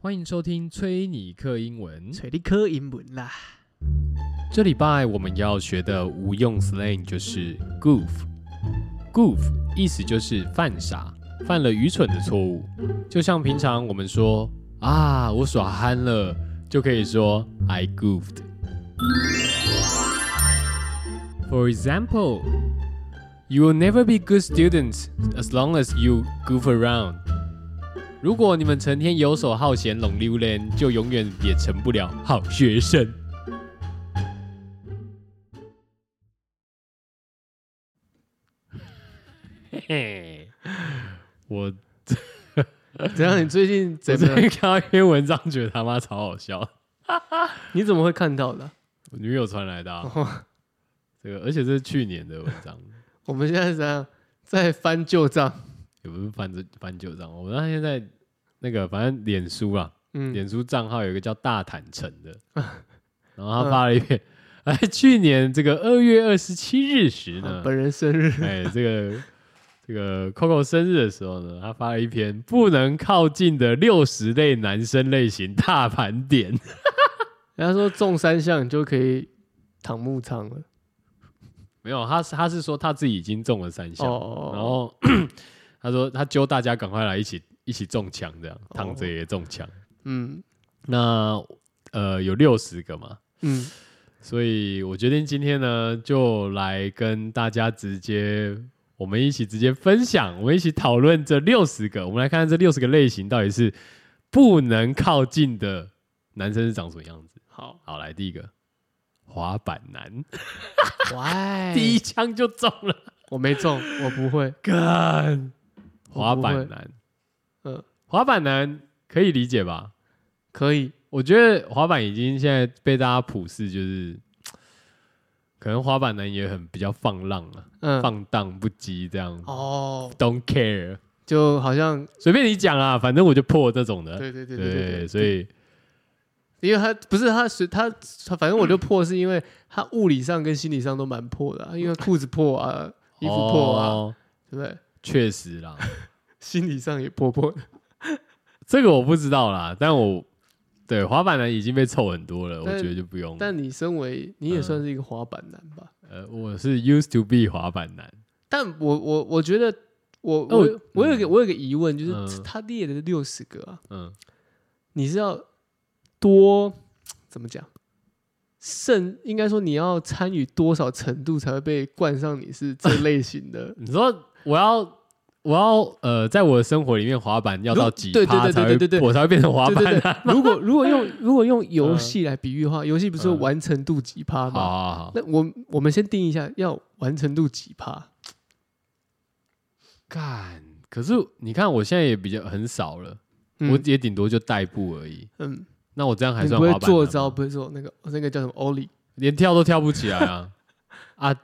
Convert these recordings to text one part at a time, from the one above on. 欢迎收听崔尼克英文。找你考英文啦。这礼拜我们要学的无用 slang 就是 goof。goof 意思就是犯傻，犯了愚蠢的错误。就像平常我们说啊，我耍憨了，就可以说 I goofed。For example, you will never be good students as long as you goof around. 如果你们成天游手好闲、拢溜连，就永远也成不了好学生。嘿嘿，我 怎样？你最近 我怎最么近样？看到一篇文章，觉得他妈超好笑，你怎么会看到的啊、我女友传来的、啊哦，这个，而且这是去年的文章， 我们现在怎样？在翻旧账。也不是翻旧翻旧账，我们到现在那个反正脸书啊，嗯，脸书账号有一个叫大坦诚的，然后他发了一篇， 哎，去年这个二月二十七日时啊呢，本人生日，哎，这个这个 Coco 生日的时候呢，他发了一篇不能靠近的六十类男生类型大盘点，人家说中三项你就可以躺木仓了。没有，他是他是说他自己已经中了三项，哦，然后 他说他揪大家赶快来一起一起中枪，这样躺着也中枪。嗯那呃有六十个嘛，嗯，所以我决定今天呢就来跟大家直接我们一起直接分享，我们一起讨论这六十个，我们来看看这六十个类型到底是不能靠近的男生是长什么样子。，好好，来第一个滑板男，喂，第一枪就中了。我没中，我不会。干 滑我不会板男，嗯滑板男可以理解吧？可以，我觉得滑板已经现在被大家普世，就是可能滑板男也很比较放浪啊，嗯，放荡不羁这样、哦， d o n t care，就好像，随便你讲啊，反正我就破这种的。对对对对对呃对对，所以因为他不是他是他他，反正我就破，是因为他物理上跟心理上都蛮破的啊、因为裤子破啊，衣服破啊，哦对不对？确、实啦，心理上也破破的。这个我不知道啦，但我对滑板男已经被凑很多了，我但觉得就不用。但你身为你嗯也算是一个滑板男吧？呃，我是 used to be 滑板男，但我我我觉得我哦我有我有一个我有一个疑问，就嗯是他列的六十个啊，嗯，你是要多怎么讲？甚应该说你要参与多少程度才会被冠上你是这类型的你说我要。我要呃，在我的生活里面，滑板要到如几对对趴对对才对对会，对我才会变 成滑板啊对对男。对，如果如果用 如果用游戏来比喻的话，游戏不是有嗯完成度几趴 好吗？好好，那我我们先定义一下，要完成度几趴？干！可是你看，我现在也比较很少了，嗯我也顶多就代步而已。嗯，那我这样还你算不滑会板做男吗招，不会做那个那个叫什么欧里？连跳都跳不起来啊啊！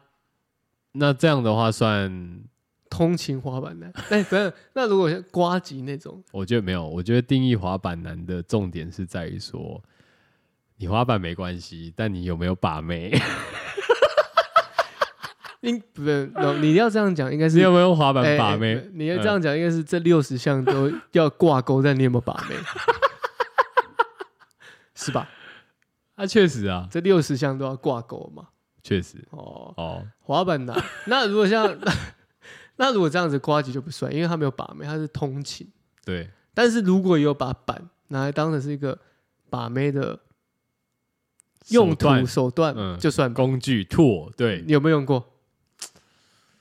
那这样的话算，通勤滑板男。那等等，那如果像瓜吉那种，我觉得没有。我觉得定义滑板男的重点是在于说，你滑板没关系，但你有没有把妹？ 应不是，no，你要这样讲，应该是你有没有滑板哎把哎妹？嗯你要这样讲，应该是这六十项都要挂钩，但你有没有把妹？ 是吧？啊，确实啊，这六十项都要挂钩嘛？确实哦，哦。滑板男。那如果像 那那如果这样子，瓜吉就不算，因为他没有把妹，他是通勤。对，但是如果有把板拿来当成是一个把妹的用手段途手段，嗯就算吧工具 tool 对你有没有用过？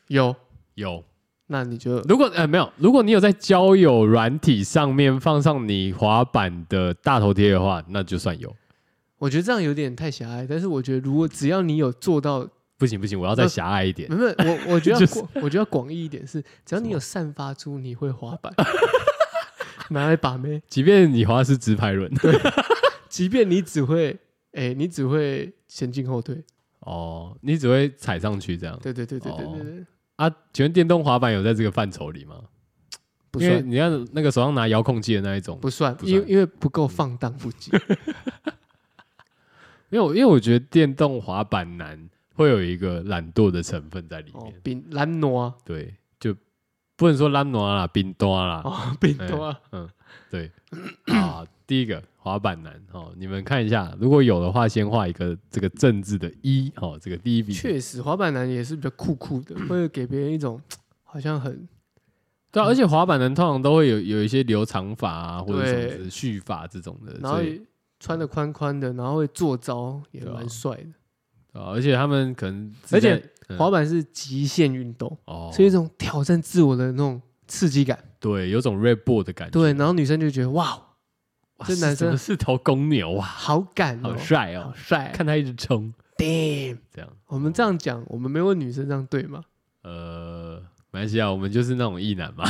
有，有。那你就如果呃没有，如果你有在交友软体上面放上你滑板的大头贴的话，那就算有。我觉得这样有点太狭隘。但是我觉得，如果只要你有做到，不行不行，我要再狭隘一点。没有，我我觉 得要就是广，我觉得要广义一点是，只要你有散发出你会滑板， 拿来把妹，即便你滑的是直排轮，即便你只会，哎、你只会前进后退， 哦，你只会踩上去这样对对对对对对对，啊？请问电动滑板有在这个范畴里吗？不因为算你看那个手上拿遥控器的那一种，不算，不算嗯因为因为不够放荡不羁。因为我因为我觉得电动滑板男会有一个懒惰的成分在里哦面，，饼兰挪对，就不能说懒惰啦、冰端啦，哦，饼多啊，嗯，对啊，第一个滑板男哦，你们看一下，如果有的话，先画一个这个政治的一哦，这个第一笔。确实，滑板男也是比较酷酷 的，会给别人一种好像很对嗯啊，而且滑板男通常都会有有一些留长发啊，或者对什么蓄发这种的，然后所以、穿的宽宽的，然后会做招，也对啊蛮帅的。对啊而且他们可能而且嗯滑板是极限运动，哦，是一种挑战自我的那种刺激感。对有种 red bull 的感觉。对，然后女生就觉得哇，哇，这男是怎生么是头公牛啊，好感哦好，帅好哦，帅看他一直冲，damn！这样。我们这样讲，我们没问女生这样对吗？呃，马来西亚我们就是那种异男 嘛，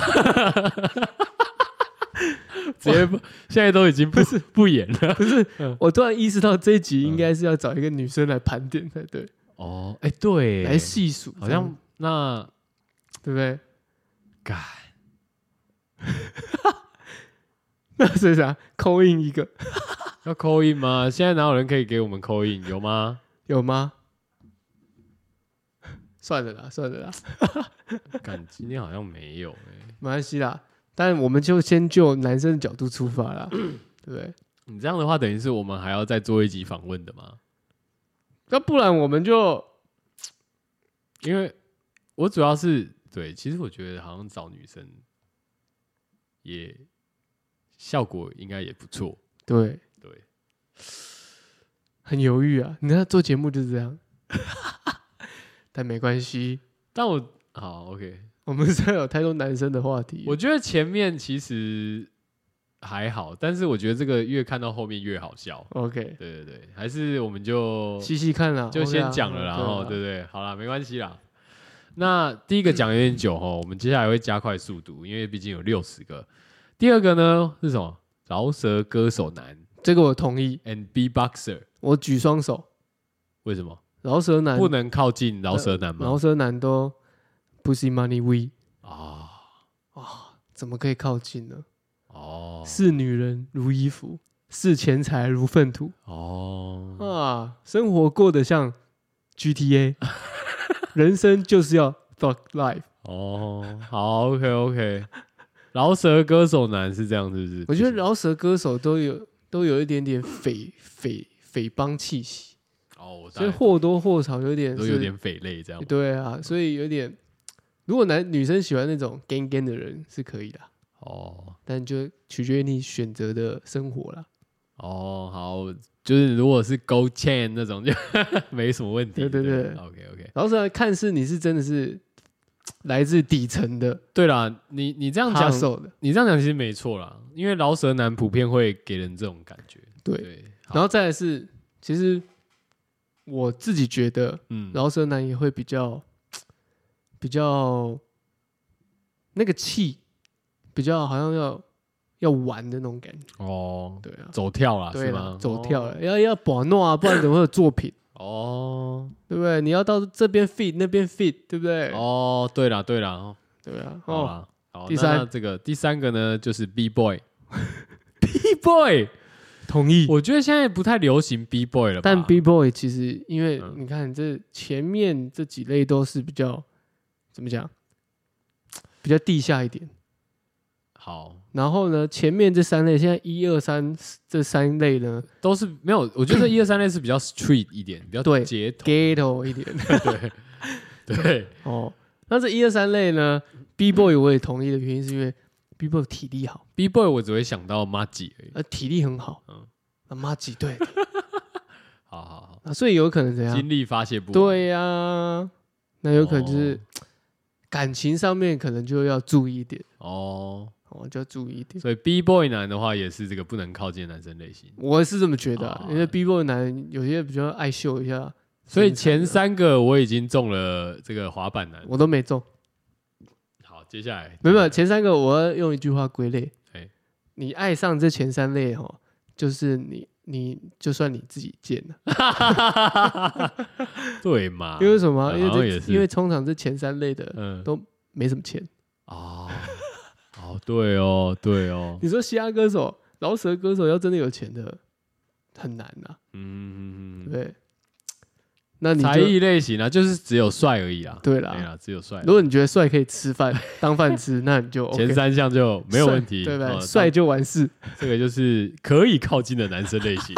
直接不，现在都已经不是不演了。我突然意识到这一集嗯应该是要找一个女生来盘点才对，哦，哎、对，来细数，好这样像那对不对？干 那所以啥，扣印一个要扣印吗？现在哪有人可以给我们扣印？有吗？有吗？ 算了啦，算了啦，感今天好像没有哎、没关系啦。但我们就先就男生的角度出 发啦，对不对？你这样的话，等于是我们还要再做一集访问的吗？那不然我们就因为我主要是对，其实我觉得好像找女生也效果应该也不错。对对，很犹豫啊。你看做节目就是这样， 但没关系，但我好 OK，我们现在有太多男生的话题。我觉得前面其实还好，但是我觉得这个越看到后面越好笑。 OK，对对对，还是我们就细细看啦，哦就 OK 先啊讲了啦，嗯然后对对啊不对？好啦，没关系啦。那第一个讲有点久哦，我们接下来会加快速度，因为毕竟有六十个。第二个呢是什么？饶舌歌手男这个我同意， and B boxer，我举双手。为什么饶舌男不能靠近饶舌男饶吗？舌男都 Pussy Money We 啊怎么可以靠近呢？哦视女人如衣服，视钱财如粪土哦，啊！生活过得像 GTA，人生就是要 Thug Life。哦，好，OK OK，饶舌歌手男是这样，是不是？我觉得饶舌歌手都有都有一点点匪匪匪帮气息，哦，我大所以概或多或少有点都是有点匪类这样。对啊，所以有点。如果男女生喜欢那种 gang gang 的人是可以的啊，哦但就取决于你选择的生活啦。哦，好，就是如果是 Go Chain 那种就 没什么问题。对对对，OK OK。然后是看似你是真的是来自底层的对啦，你你这样哈讲，手的，你这样讲其实没错啦，因为饶舌男普遍会给人这种感觉。对对，好然后再来是，其实我自己觉得嗯，饶舌男也会比较比较那个气，比较好像要要玩的那种感觉，哦，对啊，走跳啦，对是啦吗？走跳了，要要把弄啊，不然怎么会有作品？ 哦对不对？你要到这边 fit 那边 fit，对不对？哦，对啦对啦，哦对啊，好哦啦，好，第那三那这个第三个呢，就是 B boy，B boy，同意。我觉得现在不太流行 B boy 了吧，但 B boy 其实，因为嗯你看这前面这几类都是比较怎么讲，比较地下一点。好然后呢，前面这三类，现在一二三这三类呢都是没有，我 觉得一二三类是比较 street 一点，比较对街 头， ，ghetto 一点 对对，哦。那这一二三类呢，B boy 我也同意的原因是因为 B boy 体力好， B boy 我只会想到 m a g i 而已。呃，体力很好，嗯嗯，那妈几对好好 啊，所以有可能怎好，样？精力发泄不完。对呀、那有可能哦就是感情上面可能就要注意一点哦，哦，就要注意一点。所以 B boy 男的话也是这个不能靠近的男生类型。我是这么觉得啊、哦因为 B boy 男有些比较爱秀一下，所以前三个我已经中了这个滑板男。我都没中。好，接下来没有没有，前三个我要用一句话归类哎。你爱上这前三类哦，就是你你就算你自己贱了， 对嘛？因为什么啊？好因为像这也是因为通常这前三类的嗯都没什么钱。哦哦对哦对哦你说嘻哈歌手、饶舌歌手要真的有钱的很难呐、啊嗯嗯嗯嗯对不对？那你才就艺类型啊，就是只有帅而已啊。对对啦。啦，只有帅。如果你觉得帅可以吃饭 当饭吃，那你就 OK 前三项就没有帅问题，对哦吧？帅，就完事，当这个就是可以靠近的男生类 型。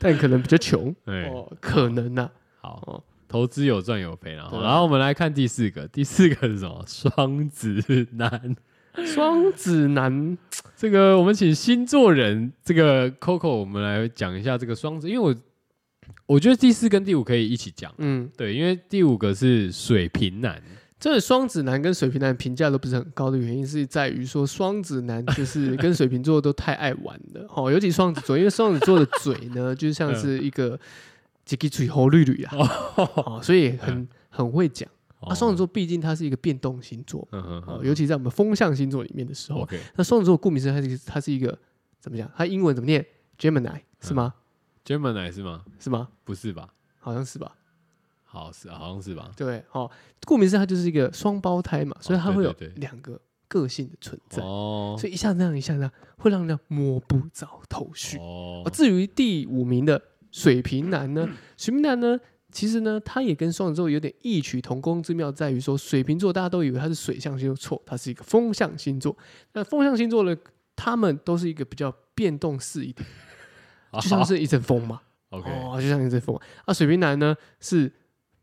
但可能比较穷对，哦，可能呐。好哦，投资有赚有赔啦。对好啊然后我们来看第四个，第四个是什么？双子男。双子男这个我们请星座人这个 Coco，我们来讲一下这个双子，因为我我觉得第四跟第五可以一起讲，嗯，对，因为第五个是水瓶男，这双子男跟水瓶男评价都不是很高的原因是在于说，双子男就是跟水瓶座都太爱玩了， 哦，尤其双子座，因为双子座的嘴呢， 就像嗯是一个几个嘴猴绿绿啊，哦，所以很嗯很会讲。啊，双座，子座毕竟它是一个变动星座，哦嗯哼哦，哼尤其在我们风象星座里面的时候，哦，OK，那双子座顾名思义，它是一个它是一个怎么讲？它英文怎么念？Gemini 嗯是吗？ Gemini 是吗？是吗？不是吧？好像是吧？好是好像是吧？对，哦，顾名思义，它就是一个双胞胎嘛，所以它哦对会有对对两个个性的存在，哦所以一下子那样一下子那样，会让人家摸不着头绪。哦嗯哦、，至于第五名的水瓶男呢，水瓶男呢，其实呢，他也跟双子座有点异曲同工之妙，在于说水瓶座大家都以为他是水象星座，错，他是一个风象星座。那风象星座呢，他们都是一个比较变动式一点， 就像是一阵风嘛，好 OK，哦，就像一阵风。啊，水瓶男呢是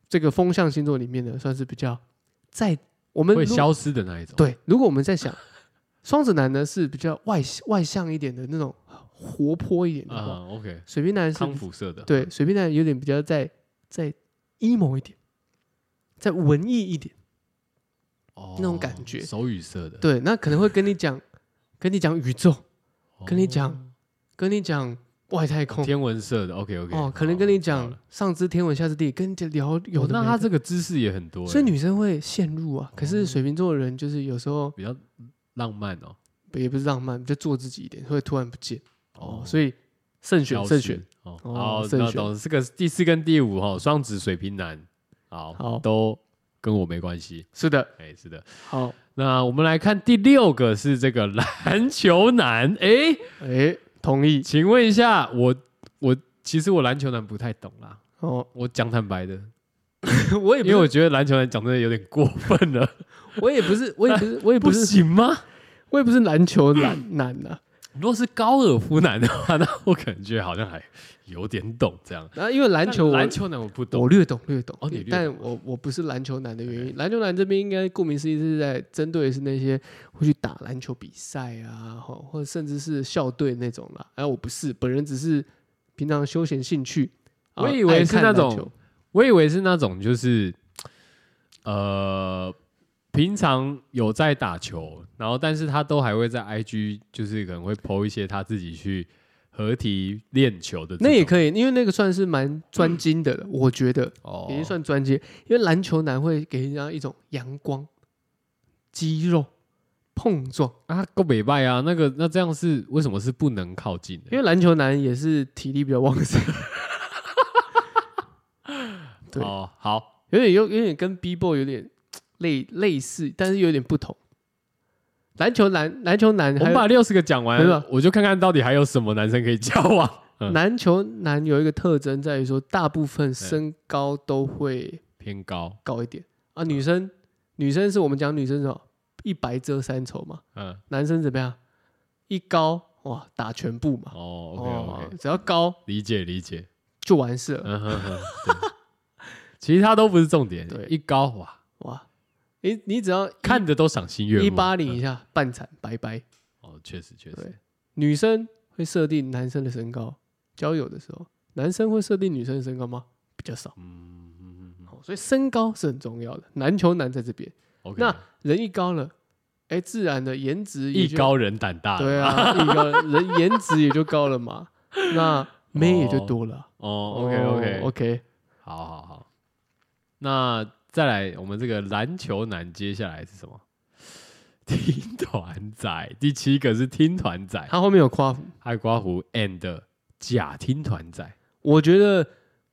这个风象星座里面的，算是比较在我们会如消失的那一种，，对，如果我们在想 双子男呢是比较外外向一点的那种，活泼一点的话。啊，OK，水瓶男是康复社的，对，水瓶男有点比较在在 emo 一点，在文艺一点。哦，那种感觉手语社的，对，那可能会跟 你讲，跟你讲宇宙，哦，跟你讲跟你讲外太空，天文社的，OK OK，哦，可能跟你讲上知天文下知地理，跟你聊有的哦那没他的这个知识也很多欸，所以女生会陷入啊。可哦是水瓶座的人就是有时候比较浪漫哦，也不是浪漫，比较做自己一点，会突然不见哦。所以以慎选慎选，哦，哦好，慎那选懂这个第四跟第五哈，双子水瓶男，好，好都跟我没关系，是的，哎，是的。好，那我们来看第六个是这个篮球男， 哎，哎，同意请问一下，我我其实我篮球男不太懂啦，哦。我讲坦白的， 我也因不为我是，觉得篮球男讲真的有点过分了，我也不是，我 也不是，我也不不是，行吗？我也不是篮球男男啊 呐。如果是高尔夫男的话，那我感觉好像还有点懂这样。然后因为篮球但我，篮球男我不懂我略懂略懂，哦你略懂但我我不是篮球男的原因。篮球男这边应该顾名思义是在针对的是那些会去打篮球比赛啊，吼或者甚至是校队那种啦。哎、我不是，本人只是平常休闲兴趣。啊我以为是爱看那篮种球我以为是那种就是，呃，平常有在打球，然后但是他都还会在 IG，就是可能会 PO 一些他自己去合体练球的这种。那也可以，因为那个算是蛮专精的了，我觉得哦已经算专精。因为篮球男会给人家一种阳光、肌肉碰撞，啊，够北拜啊，那个那这样是为什么是不能靠近的？因为篮球男也是体力比较旺盛。 对，哦，好，有点有有点跟 B boy 有点类类似，但是有点不同。篮球男，篮球男我还们把有六十个讲完没有，我就看看到底还有什么男生可以交往。嗯篮球男有一个特征在于说，大部分身高都会偏高，高一点啊。女嗯生，女生是我们讲女生什么一白遮三丑嘛，嗯，男生怎么样？一高哇打全部嘛，哦，OK OK，只要高理解理解。就完事了嗯哼哼，对其他都不是重点。对一高哇，哇。你你只要嗯看的都赏心悦目。嗯一八零以下半残拜拜。哦，确实确实对。女生会设定男生的身高，交友的时候，男生会设定女生的身高吗？比较少。嗯嗯嗯好，所以身高是很重要的，难求难在这边。嗯，OK。那人一高了，哎，自然的颜值也艺就，高人胆大。对啊，一高 了人颜值也就高了嘛，那妹也就多了。哦，OK OK， OK，好好好。那再来，我们这个篮球男接下来是什么？ 听团仔，第七个是听团仔，他后面有夸父，爱刮胡 and 假听团仔。我觉得。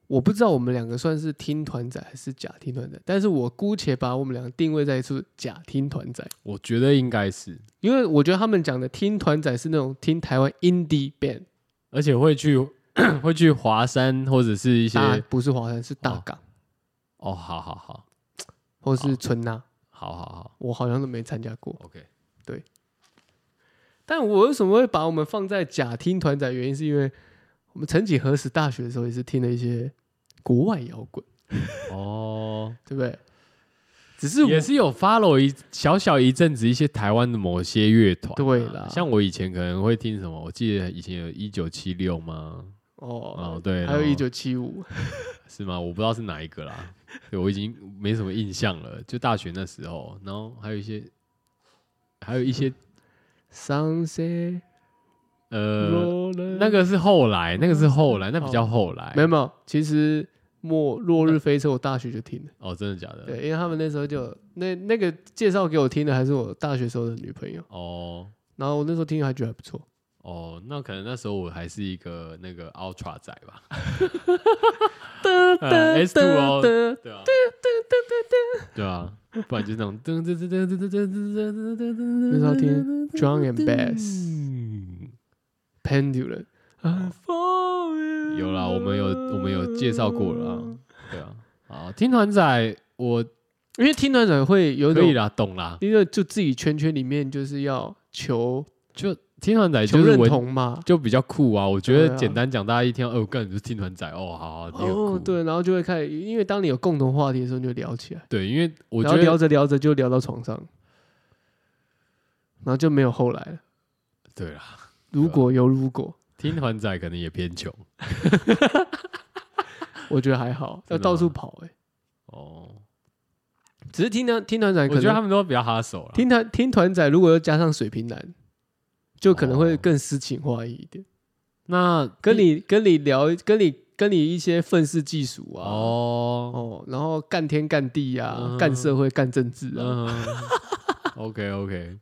我不知道我们两个算是听团仔还是假听团仔，但是我姑且把我们两个定位在是假听团仔。我觉得应该是，因为我觉得他们讲的听团仔是那种听台湾 indie band，而且会去 会去华山或者是一些大不是华山是大港、哦，好好好，或是春娜，好好好我好像都没参加过。 ，OK，哦但我为什么会把我们放在假听团仔？原因是因为我们曾几何时大学的时候也是听了一些国外摇滚，哦，对不对？只是我也是有 follow 一小小一阵子一些台湾的某些乐团啊、对啦像我以前可能会听什么，我记得以前有一九七六吗？哦呃哦，对，还有然后一九七五，是吗？我不知道是哪一个啦， 对我已经没什么印象了，就大学那时候，然后还有一些，还有一些 Sunset 呃， Rolling，那个是后来，那个是后嗯来，那比较后来，没有没有，其实末落日飞车我大学就听了，哦，真的假的？，对，因为他们那时候就有那那个介绍给我听的还是我大学时候的女朋友，哦然后我那时候听还觉得还不错，哦，那可能那时候我还是一个那个 Ultra 仔 吧，S 嗯 two 哦，噔对啊，对啊，不然就是那种噔噔噔噔噔噔噔噔噔噔噔噔，那时候听 Drum and Bass。嗯 Pendulum。有啦，我们有我们有介绍过了啊，对啊，好，听团仔我因为听团长会有一可以种，啦，懂啦，因为就自己圈圈里面就是要求就听团仔求就是认文同嘛。就比较酷啊，我觉得对啊简单讲，大家一听到哦，干你就是听团仔哦，好好，你很酷哦，对，然后就会开始，因为当你有共同话题的时候，你就聊起来，对，因为我然觉后聊得着聊着就聊到床上，然后就没有后来了。对啦，如果啊有如果，听团仔可能也偏穷我觉得还好，要真的啊到处吗跑哎、哦，只是听团听团仔，我可觉得他能们都比较哈手啦，听团听团仔，如果又加上水瓶男，就可能会哦更诗情画意一点。那跟你跟你聊，跟你跟你一些愤世嫉俗啊，哦哦，然后干天干地啊，嗯干社会干政治啊，嗯，OK OK，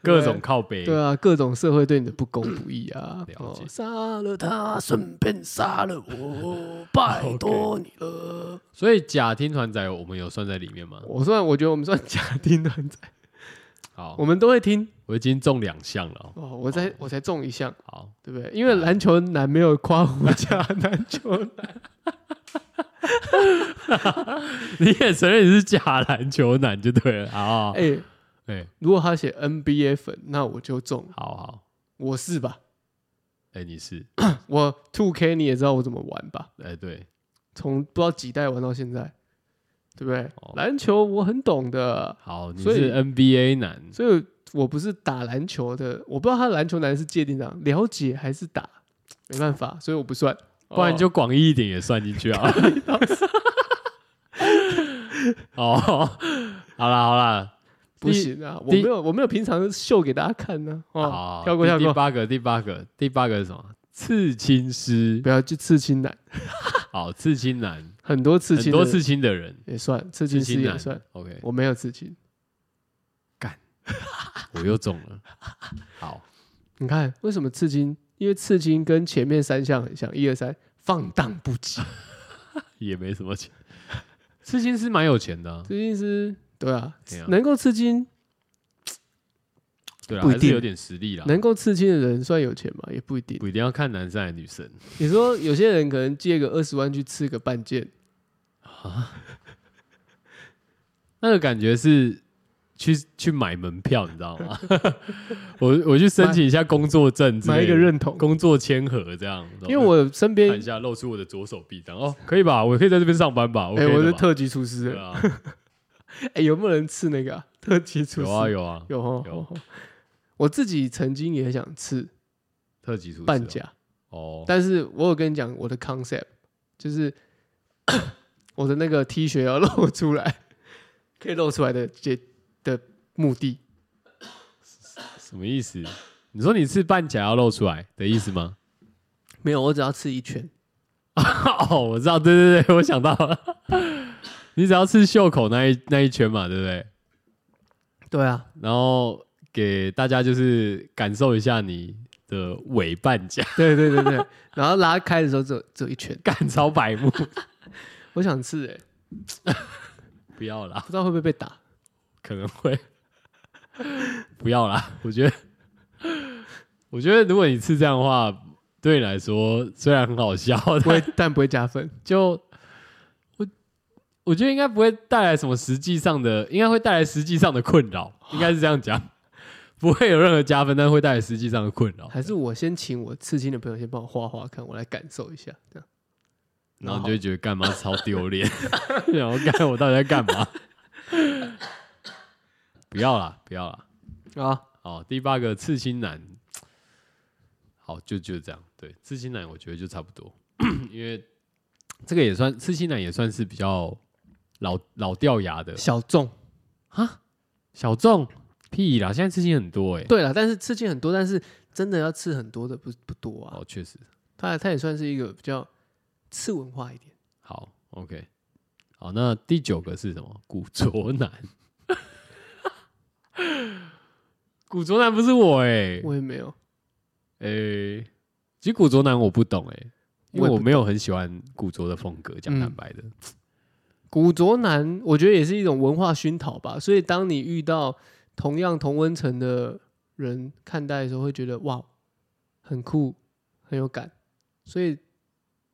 各种靠背，，对啊，各种社会对你的不公不义啊嗯了哦解，杀了他，顺便杀了我，拜托你了。所以假听团仔我们有算在里面吗？我算我觉得我们算假听团仔，好 我，们都会听我已经中两项了哦，哦，我啊才我才中一项，好，对不对？因为篮球男没有夸我假篮球男， 你也承认你是假篮球男就对了，好，哎、哎，如果他写 NBA 粉，那我就中，好好，我是吧？哎、你是，我 Two K 你也知道我怎么玩吧？哎、对，从不知道几代玩到现在，对不对哦？篮球我很懂的，好，你所以是 NBA 男，所以我不是打篮球的，我不知道他篮球男是界定上了解还是打，没办法，所以我不算，不然就广义一点也算进去啊。 哦，好啦好啦，不行啊！我第没有我没有平常秀给大家看呢、啊，哦，好，跳过第跳过第八个第八个第八个是什么？刺青师不，要去刺青男，好，刺青男，很多刺很青，多刺青的人，也算，刺刺青师青也男算， ，OK，我没有刺青，我又中了， 好，你看为什么刺青？因为刺青跟前面三项很像，一二三，放荡不羁。啊也没什么 钱，刺青师蛮有钱的啊、刺青师对啊对啊，能够刺青对啊，不一还是有定点实力啦，能够刺青的人算有钱吗？也不一定。不一定要看男生还是女生，你说有些人可能借个二十万去刺个半件，那个感觉是去去买门票，你知道吗？ 我我去申请一下工作证之类的，买一个认同，工作签合这样，因为然后我身就看边一下，露出我的左手臂，这样哦，可以吧？我可以在这边上班吧？哎、 OK 的吧我是特级厨师对哎、啊， 哎有没有人刺那个、啊、特级厨师？有啊有啊，有哦有有哦我自己曾经也想刺特级厨师哦半甲，哦，但是我有跟你讲我的 concept，就是 我的那个 T 恤要露出来，可以露出来的结的目的，什么意思？你说你是半甲要露出来的意思 吗？没有，我只要刺一圈。哦，我知道，对对对，我想到了， 你只要吃袖口那一那一圈嘛，对不对？对啊，然后给大家就是感受一下你的伪半甲， 对对对对， 然后拉开的时候只有只有一圈，干超百目， 我想刺哎、不要啦，不知道会不会被打。可能会， 不要啦，我觉得，我觉得如果你吃这样的话，对你来说虽然很好笑，不但会， 但不会加分。就我我觉得应该不会带来什么实际上的，应该会带来实际上的困 扰，应该是这样讲，不会有任何加分，但会带来实际上的困扰。还是我先请我刺青的朋友先帮我画画看，我来感受一下。这样， 然后你就会觉得干嘛超丢脸， 然后干我到底在干嘛？ 不要啦，不要啦。好啊，哦，第八个刺青男，好，就就这样。对，刺青男我觉得就差不多， 因为这个也算刺青男也算是比较老老掉牙的小众。小众屁啦，现在刺青很多哎、对了，但是刺青很多，但是真的要刺很多的不不多啊。哦，确实它它也算是一个比较次文化一点。好，OK。好，那第九个是什么？古着男。 古着男不是我哎、欸，我也没有，诶、其实古着男我不懂哎、因我为也不我没有很喜欢古着的风格，讲嗯坦白的，古着男，我觉得也是一种文化熏陶吧。所以当你遇到同样同温层的人看待的时候，会觉得哇，很酷，很有感。所以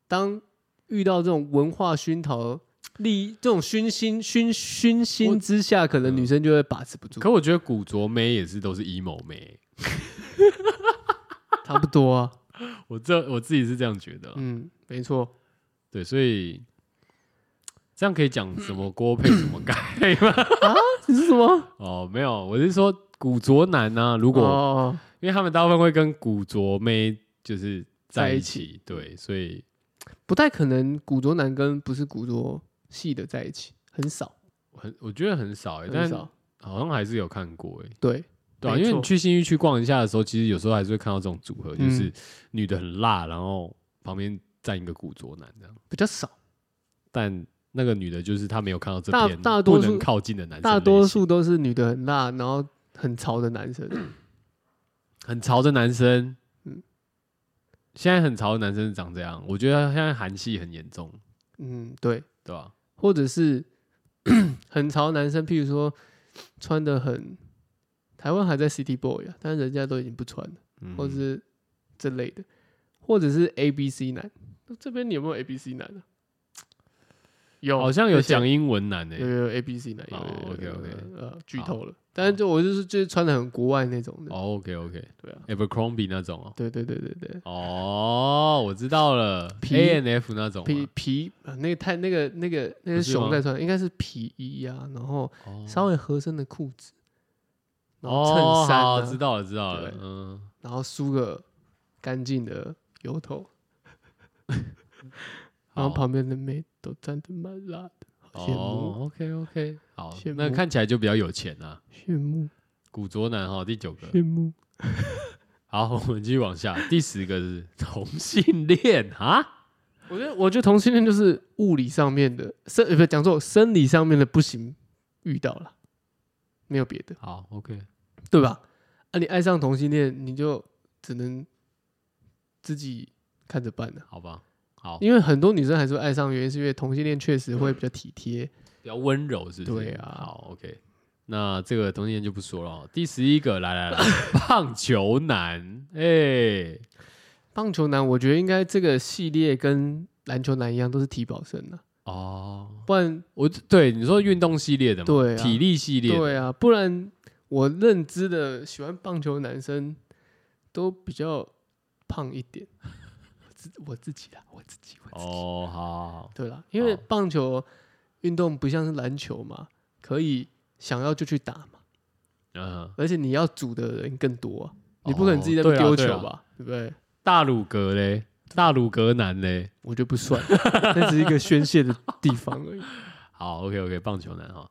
当遇到这种文化熏陶。力这种熏心熏熏我心之下，可能嗯女生就会把持不住，可我觉得古着妹也是都是 emo 妹欸、 差不多啊。我这我自己是这样觉得啦、 嗯，没错。对，所以这样可以讲什 么锅配什么盖吗？你 是什么？ 哦，没有，我是说古着男啊，如果、哦，因为他们大部分会跟古着妹就是在一在起，对，所以不太可能古着男跟不是古着系的在一起，很少，很我觉得很少、欸，很但少。好像还是有看过哎、对，对、啊，没因为你错去新一区逛一下的时候，其实有时候还是会看到这种组合，就嗯是女的很辣，然后旁边站一个古着男这样，比较少。但那个女的就是她没有看到这大边大多不能数靠近的男生类型，大多数都是女的很辣，然后很潮的男生。很潮的男生，嗯嗯，现在很潮的男生长这样，我觉得现在韩系很严重，嗯，对，对吧、或者是很潮的男生，譬如说穿的很，台湾还在 City Boy 啊，但是人家都已经不穿了，嗯或者是这类的，或者是 A B C 男。这边你有没有 A B C 男啊？有，好像有些讲英文欸男诶、有有 A B C 男，有哦有有 OK，OK 有呃，剧透了。但是就我就是就是穿的很国外那种的，哦，OK OK，对啊， Evercrombie 那种哦。对对对对对，哦，我知道了皮，A N F 那种皮吗。皮啊，那个太那个那个那不是是熊吗在穿的，应该是皮衣啊，然后哦稍微合身的裤子，然后哦衬，衫好，知啊，道了，知道了对。嗯，然后梳个干净的油头，然好后旁边的妹都站得蛮辣的，好羡哦慕，OK OK，好羡，慕那看起来就比较有钱啊。羡慕古着男哈，第 九个。羡慕，好，我们继续往下，第十个是同性恋啊。我觉得我觉得同性恋就是物理上面的生，呃不讲错，生理上面的不行遇到了，没有别的。好，OK，对吧？啊，你爱上同性恋，你就只能自己看着办了、啊好吧，好，因为很多女生还是会爱上，原因是因为同性恋确实会比较体贴。比较温柔，是不是？对啊好，OK。那这个同性恋就不说了哦。第十一个，来 来来，棒球男，哎，棒球男，我觉得应该这个系列跟篮球男一样，都是体保生的、哦，不然我对你说运动系列的嘛，对啊体力系列的，对啊，不然我认知的喜欢棒球男生都比较胖一点。我自我自己啦，我自己，我自己。哦，好好好，对啦，因为好棒球运动不像是篮球嘛，可以想要就去打嘛。嗯，而且你要组的人更多、啊，你不可能自己在那哦边丢球对啊对吧，对不对？大鲁格嘞，大鲁格男嘞，我觉得不算，那只是一个宣泄的地方而已。好，OK OK，棒球男哈。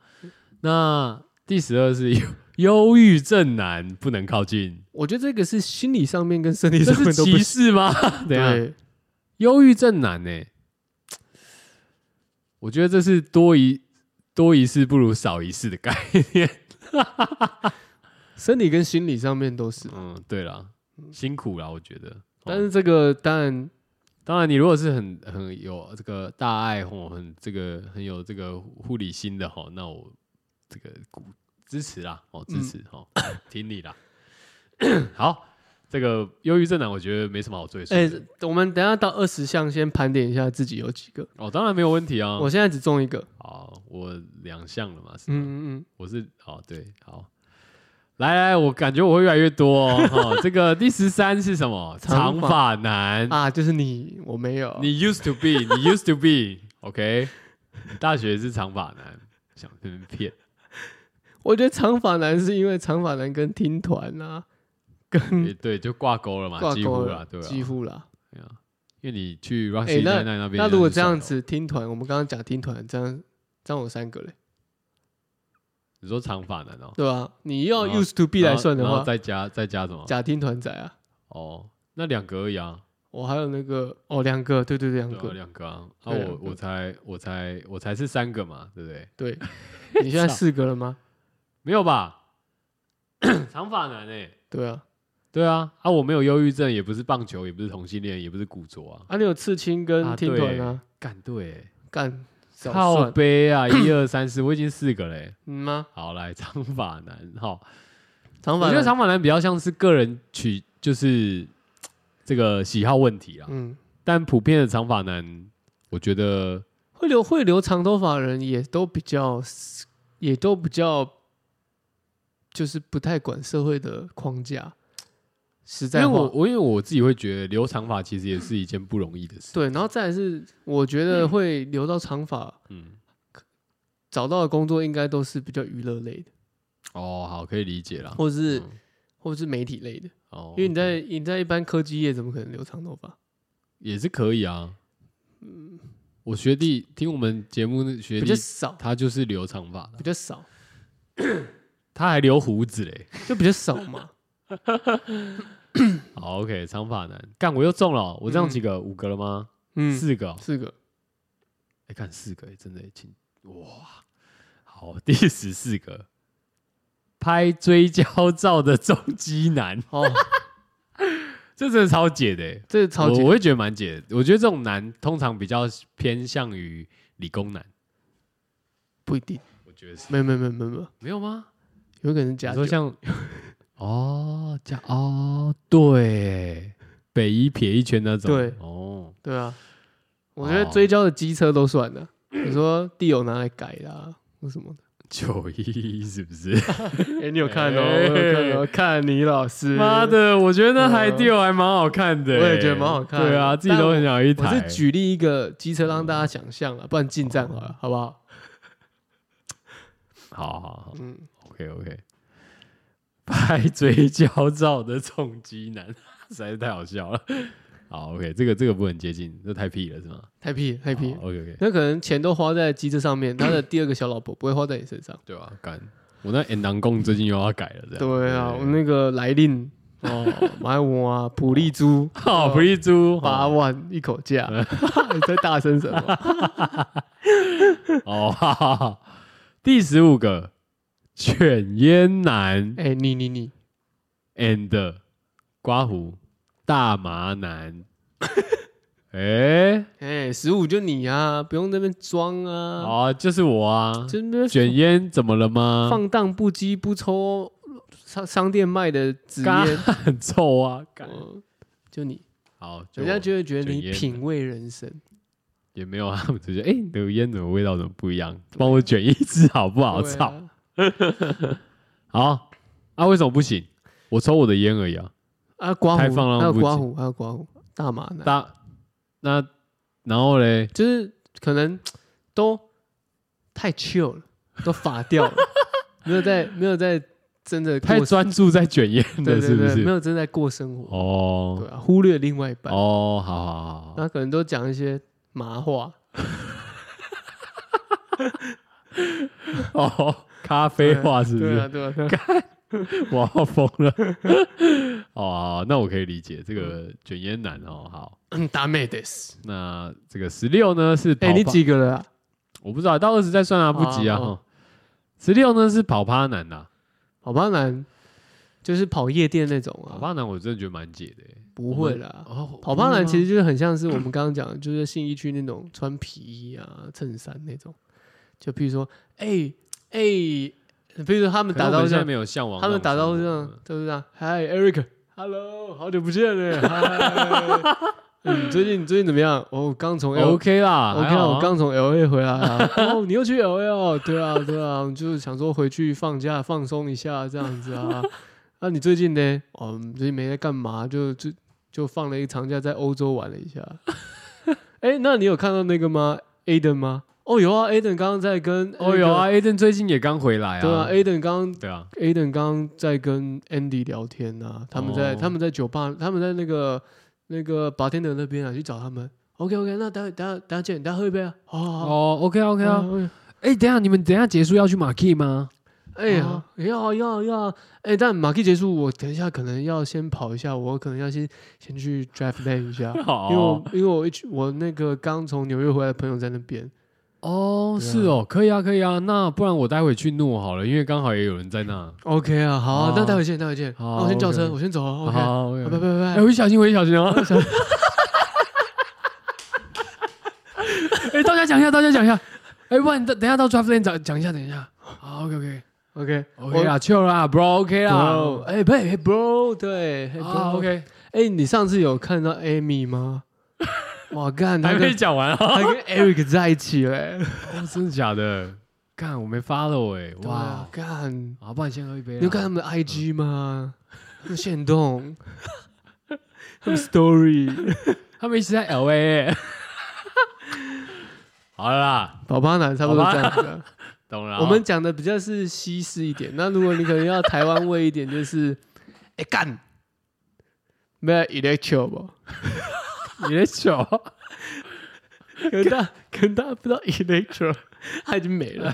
那第十二是忧忧郁症男，不能靠近，我觉得这个是心理上面跟生理这上是面都不歧视吗？ 等一下，对，忧郁症男呢？我觉得这是多一多一事不如少一事的概念。生理跟心理上面都是。嗯，对啦，辛苦啦，我觉得。但是这个当然，当然，你如果是很很有这个大爱吼，很这个很有这个护理心的吼，那我这 嗯个鼓支持啦，哦，支持哦，听你啦。好，这个忧郁症男，我觉得没什么好赘述的。哎、我们等一下到二十项先盘点一下自己有几个。哦，当然没有问题啊。我现在只中一个，好，我两项了嘛，是吗？嗯嗯我是好对好。来来，我感觉我会越来越多哦。哈这个第十三是什么？ 长长发男嗯，。啊，就是你，我没有，你 used to be，你 used to be，OK？、你大学是长发男，想被人骗。我觉得长发男是因为长发男跟听团啊，也对，就挂钩了嘛，挂几钩乎了啦，对啊，几乎啦。对啊，因为你去哎 Roxy 那奈奈那边，那如果这哦样，子听团，我们刚刚讲听团，这样这样有三个嘞，哦你说长发男哦，对吧？你要然后 used to be 来算的然后然话后，再加再加什么？假听团仔啊，哦，那两个而已啊，我还有那个哦，两个，对对对，两对啊，个，两个啊，啊对两我个我才我才我才是三个嘛，对不对？对， 你现在四个了吗？没有吧？ 长发男哎，对啊，对啊，啊我没有忧郁症，也不是棒球，也不是同性恋，也不是古着啊，啊，你有刺青跟啊听团啊，干对欸。干少靠算背啊，一二三四，我已经四个嘞、嗯吗？好，来长发男哈，长我发觉得男，长发男比较像是个人取，就是嘖这个喜好问题啦。嗯，但普遍的长发男，我觉得会留会留长头发的人也都比较，也都比较，就是不太管社会的框架，实因为在话我我因为我自己会觉得留长发其实也是一件不容易的事。对，然后再来是，我觉得会留到长发，嗯，找到的工作应该都是比较娱乐类的，哦，好，可以理解啦。或是、嗯或是媒体类的，哦因为你在你在一般科技业怎么可能留长头发？也是可以啊。我学弟听我们节目的学嗯比弟较，少，他就是留长发的，比较少，他还留胡子嘞。就比较少嘛。好，OK，长发男，干我又中了，哦我这样几个、五个了吗？嗯，四个哦，四个，哎、看四个，真的，请哇，好，第十四个，拍追焦照的重机男，哦，这真的超解的欸，这个超级 我，我会觉得蛮解的。我觉得这种男通常比较偏向于理工男，不一定，我觉得是没有没有没有没有没有，没有吗？有可能假你酒说，像哦，加哦，对，北一撇一圈那种，对哦，对啊，我觉得哦追焦的机车都算了，你说地友拿来改啦、或什么的？九一一是不是？哎、你有看哦，我有看哦，看你老师，妈的，我觉得那海蒂还蛮好看的、嗯欸我也觉得蛮好看的对啊，自己都很想有一我台。是举例一个机车让大家想象了，不然进站好了，好不好？好好好嗯， ，OK OK。拍追焦照的重击男， 实在是太好笑了。好，OK，这个这个不很接近，这太屁了是吗？太屁了太太屁了， OK OK，那可能钱都花在机车上面，他的第二个小老婆不会花在你身上。对吧、干，我那 N 南贡最近又要改了，这样。对啊，我那个来 令哦，买我啊，普利珠好不一猪八万一口价， 你在大声什 么？哦，哈哈哈。第十五个犬烟男哎，你你你， and 刮胡大麻男，哎、哎，十五就你啊，不用在那边装啊，啊，就是我啊，就那边卷啊烟怎么了吗？放荡不羁，不抽商商店卖的纸嘎烟，很臭啊，干嗯就你，好，就人家我就会觉得卷你烟的品味人生。也没有啊，他们就觉得哎，你的烟怎么味道怎么不一样？帮我卷一支好不好？对啊哦操，！好啊，为什么不行？我抽我的烟而已啊，啊，刮胡，太放浪还有不刮羁胡，还有刮胡，大麻男，大那然后嘞，就是可能都太 chill 了，都发掉 了，没有在没有在真的太过生，专注在卷烟对了，是对不对，没是？有真在过生活，对哦啊，忽略另外一半，哦，好好好好，然后可能都讲一些麻话，哦，咖啡话是不对是啊？对啊，对 啊我要疯了。 哦，那我可以理解这个卷烟男哦。好，嗯打妹的是，那这个十六呢是跑哎，你趴几个了啊？我不知道，到二十再算啊，不急啊。哦哦哈，十六呢是跑趴男啊呐，好吧，男就是跑夜店那种跑啊，趴男我真的觉得蛮解的欸。不会啦。哦，跑趴男其实实就是很像是我们刚刚讲的，就是信义区那种穿皮衣啊、衬衫那种。就譬如说，哎、哎、比如说他们打打到到现这在样没，有向往那他种生们活，打到这样，就是这样，嗨，Eric， Hello，好久不见了，嗨。嗯，最近最近怎么样？哦，刚从嗯 L OK 啦我还看好啊我刚从 L A 回来啊，哦，你又去 L A 哦？对啊，对啊，我们就是想说回去放假放松一下这样子啊。那、你最近呢？哦，嗯最近没在干嘛，就就就放了一个长假在欧洲玩了一下。哎、那你有看到那个吗？Aden 吗？哦，有啊，Aden 刚刚在跟、哦，有啊，，Aden 最近也刚回来啊，对啊，Aden 刚对啊， Aden 刚刚在跟 Andy 聊天啊，他们在、哦他们在酒吧，他们在那个那个 bartender 那边啊，去找他们。OK OK，那待会等下等下见，等下喝一杯啊。好好好，哦，OK 啊 OK 啊，嗯，哎，等一下你们等一下结束要去马 key 吗？哎呀哦，要要要，哎，但马 K 结束，我等一下可能要先跑一下，我可能要先先去 drive lane 一下，因为好，我因为我一去我那个刚从纽约回来的朋友在那边，哦，对啊是哦，可以啊可以啊，那不然我待会去弄好了，因为刚好也有人在那。 OK 啊，好啊好，那待会见，待会见，哦好那我先叫车， ，OK 我先走了，OK，好好，拜拜拜哎，拜，回小心，回小心 啊！哎，大家讲一下，大家讲一下。哎，不然等等一下到 drive lane 讲讲一下，等一下。好，OK OK ，OK OK 啊啦，chill 啦，bro OK ，bro，啦。哎，不嘿 bro，对，嘿啊 bro， OK，哎，你上次有看到 Amy 吗？哇，干，他还没跟讲完 啊？他跟 Eric 在一起嘞，哦真的假的？干，我没 follow 哎，对哇！啊干，好，不然先喝一杯啦。你有看他们的 IG 吗？他们现动， 他们 Story，他们一直在 LA 欸。 好了啦，宝宝奶差不多这样子啊。懂了啊。 我们讲的比较是西式一点，那如果你可能要台湾味一点，就是哎干，没有 electro 吧？你的酒，可能大家可能大家不知道 electro，它已经没了。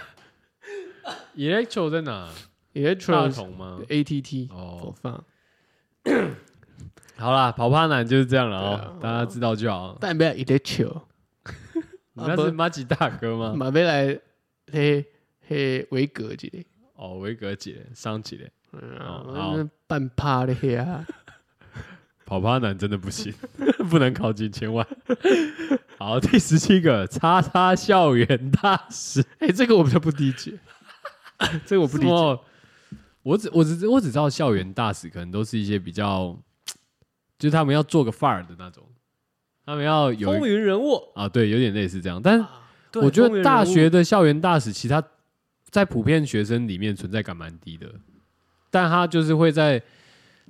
electro 在哪？大 electro 是同吗？ ATT 哦我，放，好啦，跑趴男就是这样了哦，对大家啊知道就好。但没有 electro，你那是马吉大哥 吗？马贝来嘿嘿维格之类，哦，维格姐，桑姐嘞，嗯哦啊，好那半趴的黑啊。跑趴男真的不行， 不能靠近，千万。 好，第十七个，叉叉校园大使，哎、这个我比较不理解，这个我不理什解。么。我只我只我只知道校园大使可能都是一些比较，就是他们要做个范儿的那种，他们要有一风云人物，啊，对，有点类似这样。但对我觉风得云人大物学的校园大使，其实它在普遍学生里面存在感蛮低的，但他就是会在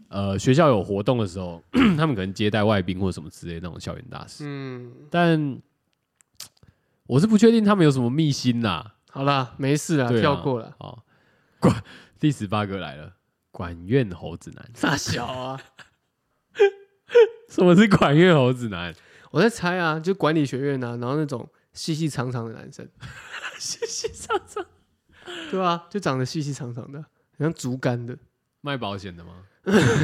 呃学校有活动的时候， 他们可能接待外宾或什么之类的那种校园大使，嗯，但我是不确定他们有什么秘辛啦、好啦，没事啦，对啊跳过了。好，管第十八个来了，管院猴子男。大小啊，什么是管院猴子男？ 我在猜啊，就管理学院啊，然后那种细细长长的男 生，谢谢上上对啊，就长得细细长长的，很像竹竿的。 卖保险的吗？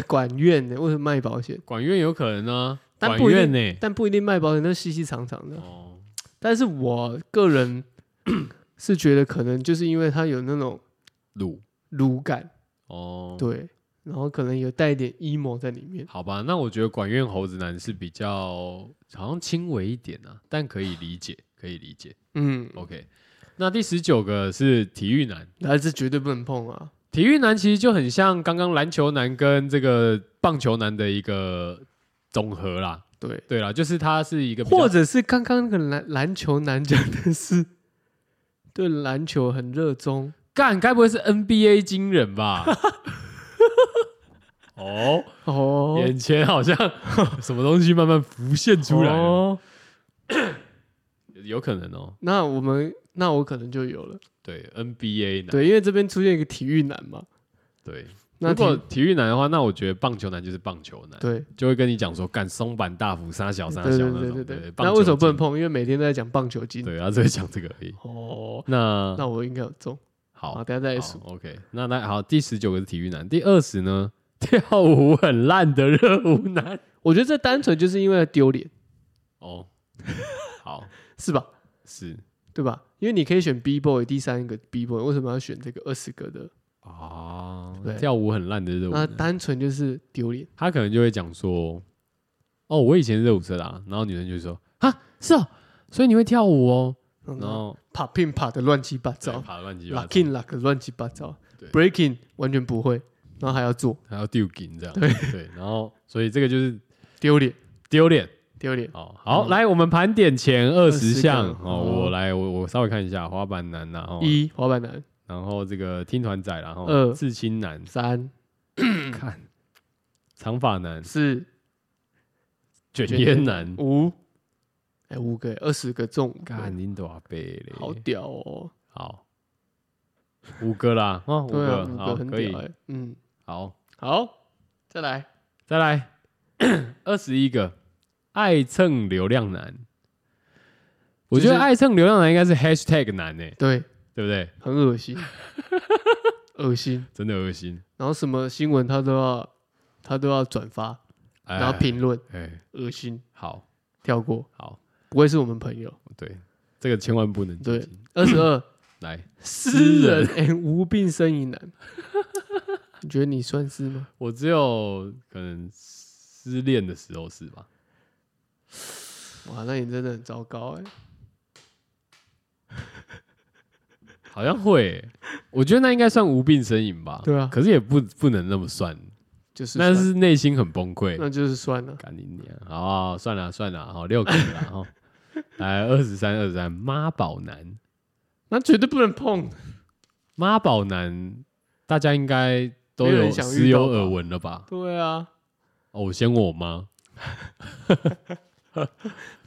管院呢、为什么卖保险？管院有可能啊，但管不一定院呢、但不一定卖保险，那细细长长的。哦，但是我个人 是觉得，可能就是因为他有那种鲁鲁感，哦，对，然后可能有带一点 emo 在里面。好吧，那我觉得管院猴子男是比较好像轻微一点啊，但可以理解，可以理解。嗯， OK，那第十九个是体育男，那这绝对不能碰啊。体育男其实就很像刚刚篮球男跟这个棒球男的一个总和啦。对，对啦，就是他是一个比较或者是刚刚那个篮篮球男讲的是 对篮球很热衷，干，该不会是 NBA 金人吧？ 哦，哦，眼前好像什么东西慢慢浮现出来了，哦有可能哦。那我们那我可能就有了，对 NBA 男，对，因为这边出现一个体育男嘛，对，那如果体体育男的话，那我觉得棒球男就是棒球男，对就会跟你讲说干松板大辅杀小杀对小对那种。对对对对，，棒那球为什么不能精？碰？因为每天都在讲棒球经。对，他只会讲这个而已。哦，那那我应该有中，好好，，等一下再好数。 OK，那那好，第十九个是体育男，第二十呢，跳舞很烂的热舞男。我觉得这单纯就是因为丢脸，哦， 好是吧？是对吧？因为你可以选 B boy 第三个 B boy，为什么要选这个二十个的？啊哦对，跳舞很烂的热舞那男，单纯就是丢脸。他可能就会讲说，哦，我以前是热舞社的、啊，然后女生就会说，啊，是哦，所以你会跳舞哦，然然后啪拼啪的乱七八再糟爬乱七八糟。 ，locking lock 乱七八糟对，breaking 完全不会，然后还要做，还要丢金这样，对然后所以这个就是丢脸，丢脸丢脸。哦。好，来我们盘点前二十20项嗯哦，项哦我来我我稍微看一下，滑板男然后一滑板男，然后这个听团仔然后二刺青男，三看长发男、四卷卷烟烟男，五，哎，五个二十个中五干个，你多少倍嘞？好屌哦！好，五个啦，哦，五对啊，个，五好，个很可以屌，哎。嗯，好，好，再来再来 二十一个，爱蹭流量男。我觉就得是爱蹭流量男应该是 hashtag 男呢、对，对不对？很 恶心，恶心。真的恶心。然后什么新闻他都要，他都要转发，哎然后，评论，哎，恶心，好跳过，好，不会是我们朋友。对，这个千万不能接对近。二十二，来，诗人， 哎，无病呻吟男， 你觉得你算是吗？我只有可能失恋的时候是吧？哇，那你真的很糟糕哎、好像会欸、我觉得那应该算无病呻吟吧。对啊可是也不不能那么算，就是那算，是内心很崩溃。那就是算了。赶紧点，好好算了算了，好六个了啦，哈，来二十三二十三，妈宝男，那绝对不能碰。妈宝男，大家应该都没有有人想时遇有到吧耳闻了吧？对啊，哦，我先问我妈，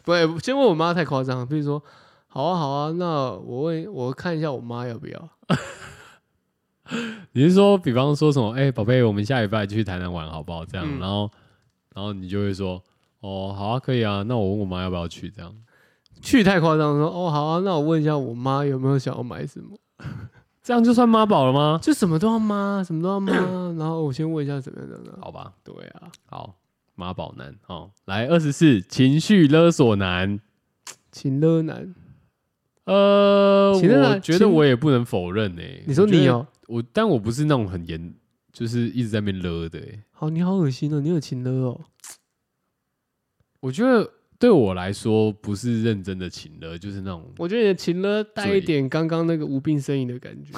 不，哎先问我妈太夸张了。比如说，好啊好啊，那我问我看一下我妈要不要？你是说，比方说什么，哎、宝贝，我们下礼拜去台南玩好不好？这样，嗯然后，然后你就会说，哦，好啊，可以啊，那我问我妈要不要去，这样，去太夸张，说哦好啊，那我问一下我妈有没有想要买什么？这样就算妈宝了吗？就什么都要妈，什么都 要妈，然后我先问一下怎么样怎么样。好吧，对啊，好，妈宝男，哦，来二十四，24, 情绪勒索男，情勒男，呃，情勒男我觉得情我也不能否认诶、欸你说哎我觉你得哦、我，但我不是那种很严，就是一直在那边勒的、欸。好，你好恶心哦，你有情勒哦，我觉得对我来说不是认真的情勒，就是那种我觉得你的情勒带嘴一点刚刚那个无病呻吟的感觉。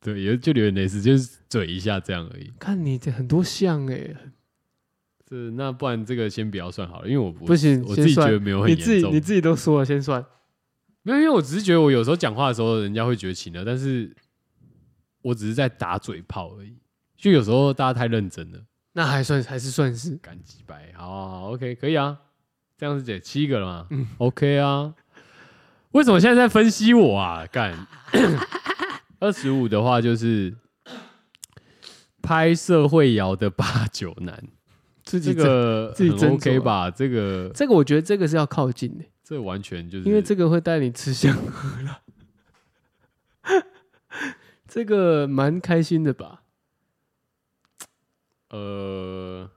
对，也就有点类似，就是嘴一下这样而已。 看你这很多像哎、这那不然这个先不要算好了，因为我不不行，我自先己觉算得，没有很你严自己重，你自己都说了，先算。没有，因为我只是觉得我有时候讲话的时候，人家会觉得情了，但是我只是在打嘴炮而已。就有时候大家太认真了，那还算还是算是敢几白，好好好，OK，可以啊，这样是解七个了嘛、o 嗯 k 啊。为什么现在在分析我啊？ 干，二十五的话就是拍社会摇的八九男，自己这这个自己很斟酌 OK 啊吧？这个这个我觉得这个是要靠近的，这完全就是因为这个会带你吃香喝辣， 这个蛮开心的吧？呃，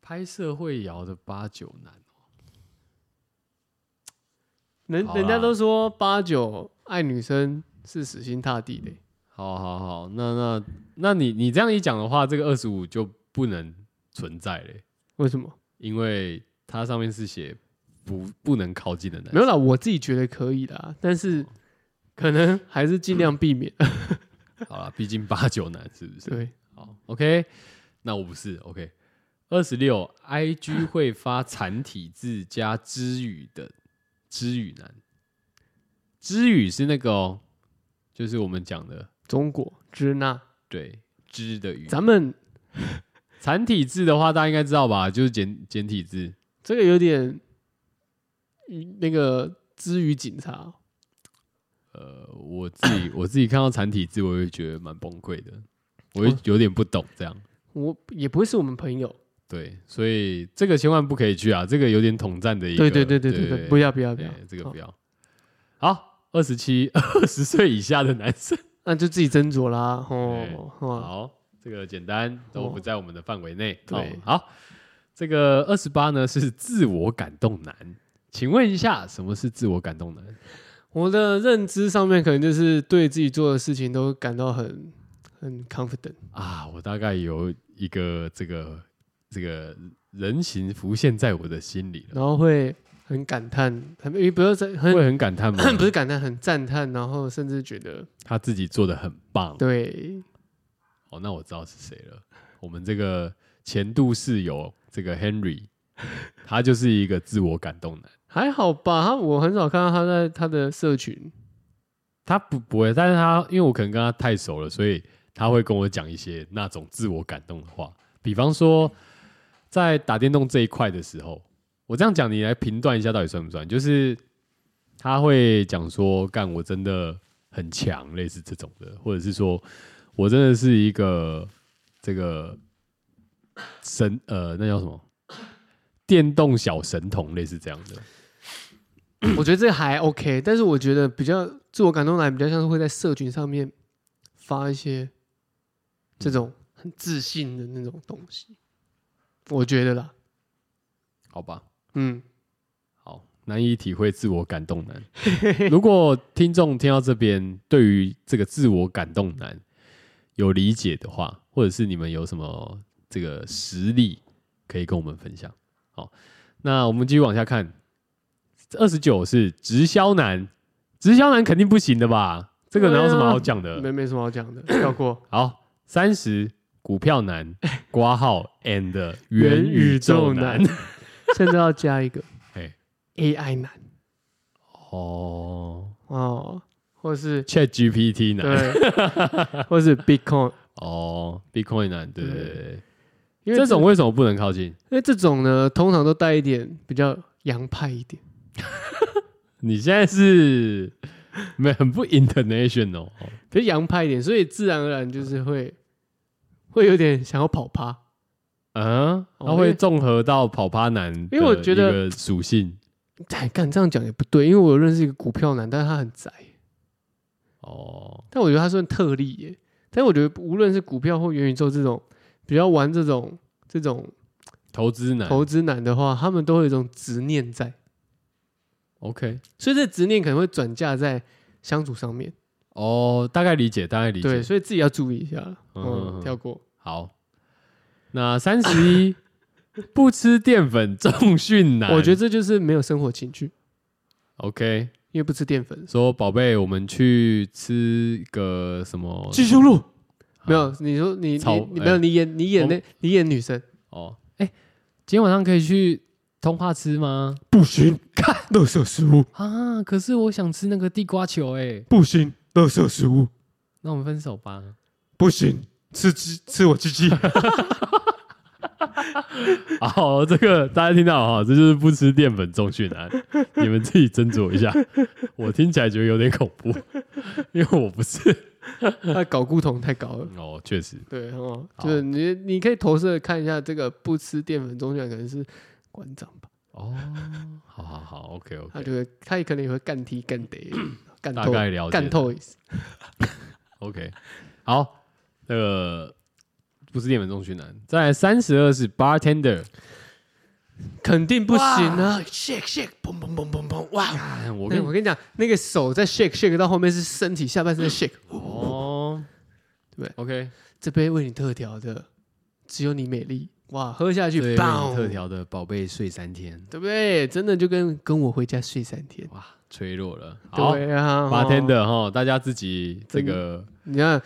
拍摄会摇的八九男，人好啦人家都说八九爱女生是死心塌地的，好好好，那那那你你这样一讲的话，这个二十五就不能存在嘞，为什么？因为它上面是写不不能靠近的男没有啦，我自己觉得可以啦，但是可能还是尽量避 免。生。好了，毕竟八九男是不是？对，好，OK，那我不是 OK。二十六，IG 会发繁体字加知语的知语男，知语是那个哦，就是我们讲的中国支那，对知的语。咱们繁体字的话，大家应该知道吧？就是简简体字。这个有点嗯那个之于警察哦，呃，我自己我自己看到繁体字，我会觉得蛮崩溃的，我哦会有点不懂这样。我也不会是我们朋友。对，所以这个千万不可以去啊，这个有点统战的一个。对对对对对对，不要不要不要哎，这个好不要。好，二十七、 二十岁以下的男 生，那就自己斟酌啦。哎哦，哦好，这个简单，都不在我们的范围内。对哦好，这个二十八呢是自我感动男，请问一下，什么是自我感动男？我的认知上面可能就是对自己做的事情都感到很很 confident。啊，我大概有一个这个这个人形浮现在我的心里了，然后会很感叹，很也不是在很会很感 叹吗？不是感叹，很赞叹，然后甚至觉得他自己做的很棒，对哦，那我知道是谁了。我们这个前度室友，这个 Henry，他就是一个自我感动男。还好吧，他我很少看到他在他的社群，他不不会，但是他因为我可能跟他太熟了，所以他会跟我讲一些那种自我感动的话。比方说，在打电动这一块的时候，我这样讲，你来评断一下到底算不算？就是他会讲说：“干，我真的很强”，类似这种的，或者是说我真的是一个这个神呃，那叫什么电动小神童，类似这样的。 我觉得这还 OK，但是我觉得比较自我感动来比较像是会在社群上面发一些这种很自信的那种东西，我觉得啦，好吧，嗯，好，难以体会自我感动男。 如果听众听到这边，对于这个自我感动男有理解的话，或者是你们有什么这个实例可以跟我们分享。好，那我们继续往下看，二十九是直销男，直销男肯定不行的吧？这个哪有什么好讲的？没没什么 好讲的，跳过。好，三十股票男，挂号 and 元元宇宇宙宙男男。甚至要 加一个哎， AI 男哦哦，或是，Chat GPT 男。 对，或是 Bitcoin，哦，Bitcoin 男，对对对对对，因嗯为这种为什么不能靠近？因为这种呢，通常都带一点比较洋派一点，你现在 是没很不 international，哦比较洋派一点，所以自然而然就是会会有点想要跑趴，啊，哦它会综合到跑趴男，因为我觉得呃属性哎，干这样讲也不对，因为我有认识一个股票男，但是他很宅，哦，但我觉得他算特例耶。但我觉得无论是股票或元宇宙这种比较玩这种这种投资男投资男的话，他们都会有一种执念在， ，OK，所以这执念可能会转嫁在相处上面。哦，大概理解，大概理对，解，所以自己要注意一下。嗯，嗯跳过。好，那三十 一不吃淀粉重训男，我觉得这就是没有生活情趣， OK，因为不吃淀粉。说宝贝，我们去吃个什么？胸肉啊没有？你说你草你你没有？哎你演你演那你演女生哦，哎、今天晚上可以去通化吃吗？不行，看垃圾食物啊，可是我想吃那个地瓜球、哎，不行，垃圾食物那我们分手 吧。不行，吃鸡吃我鸡鸡。好，哦这个大家听到哈，这就是不吃淀粉重训啊， 你们自己斟酌一下。我听起来觉得有点恐怖， 因为我不是。 他搞固酮太高了。哦，确实，对哦，好就是你你可以投射看一下这个不吃淀粉中奖可能是馆长吧，哦，好好好，OK 他 OK，就会他也可能也会干踢干 得干大透概了解干透一次。 OK，好，那个不吃淀粉重训男，在三十二是 bartender，肯定不行啊！shake shake，砰砰砰砰砰，哇！啊我我跟跟我跟你讲，那个手在 shake shake 到后面是身体下半身在 shake。哦，对，OK， 这杯为你特调的，只有你美丽。哇，喝下去，对，为你棒！特，调的宝贝睡三天，对不对？真的就跟跟我回家睡三天。哇，脆弱了。好，对啊，八天的，的哈，大家自己这个你看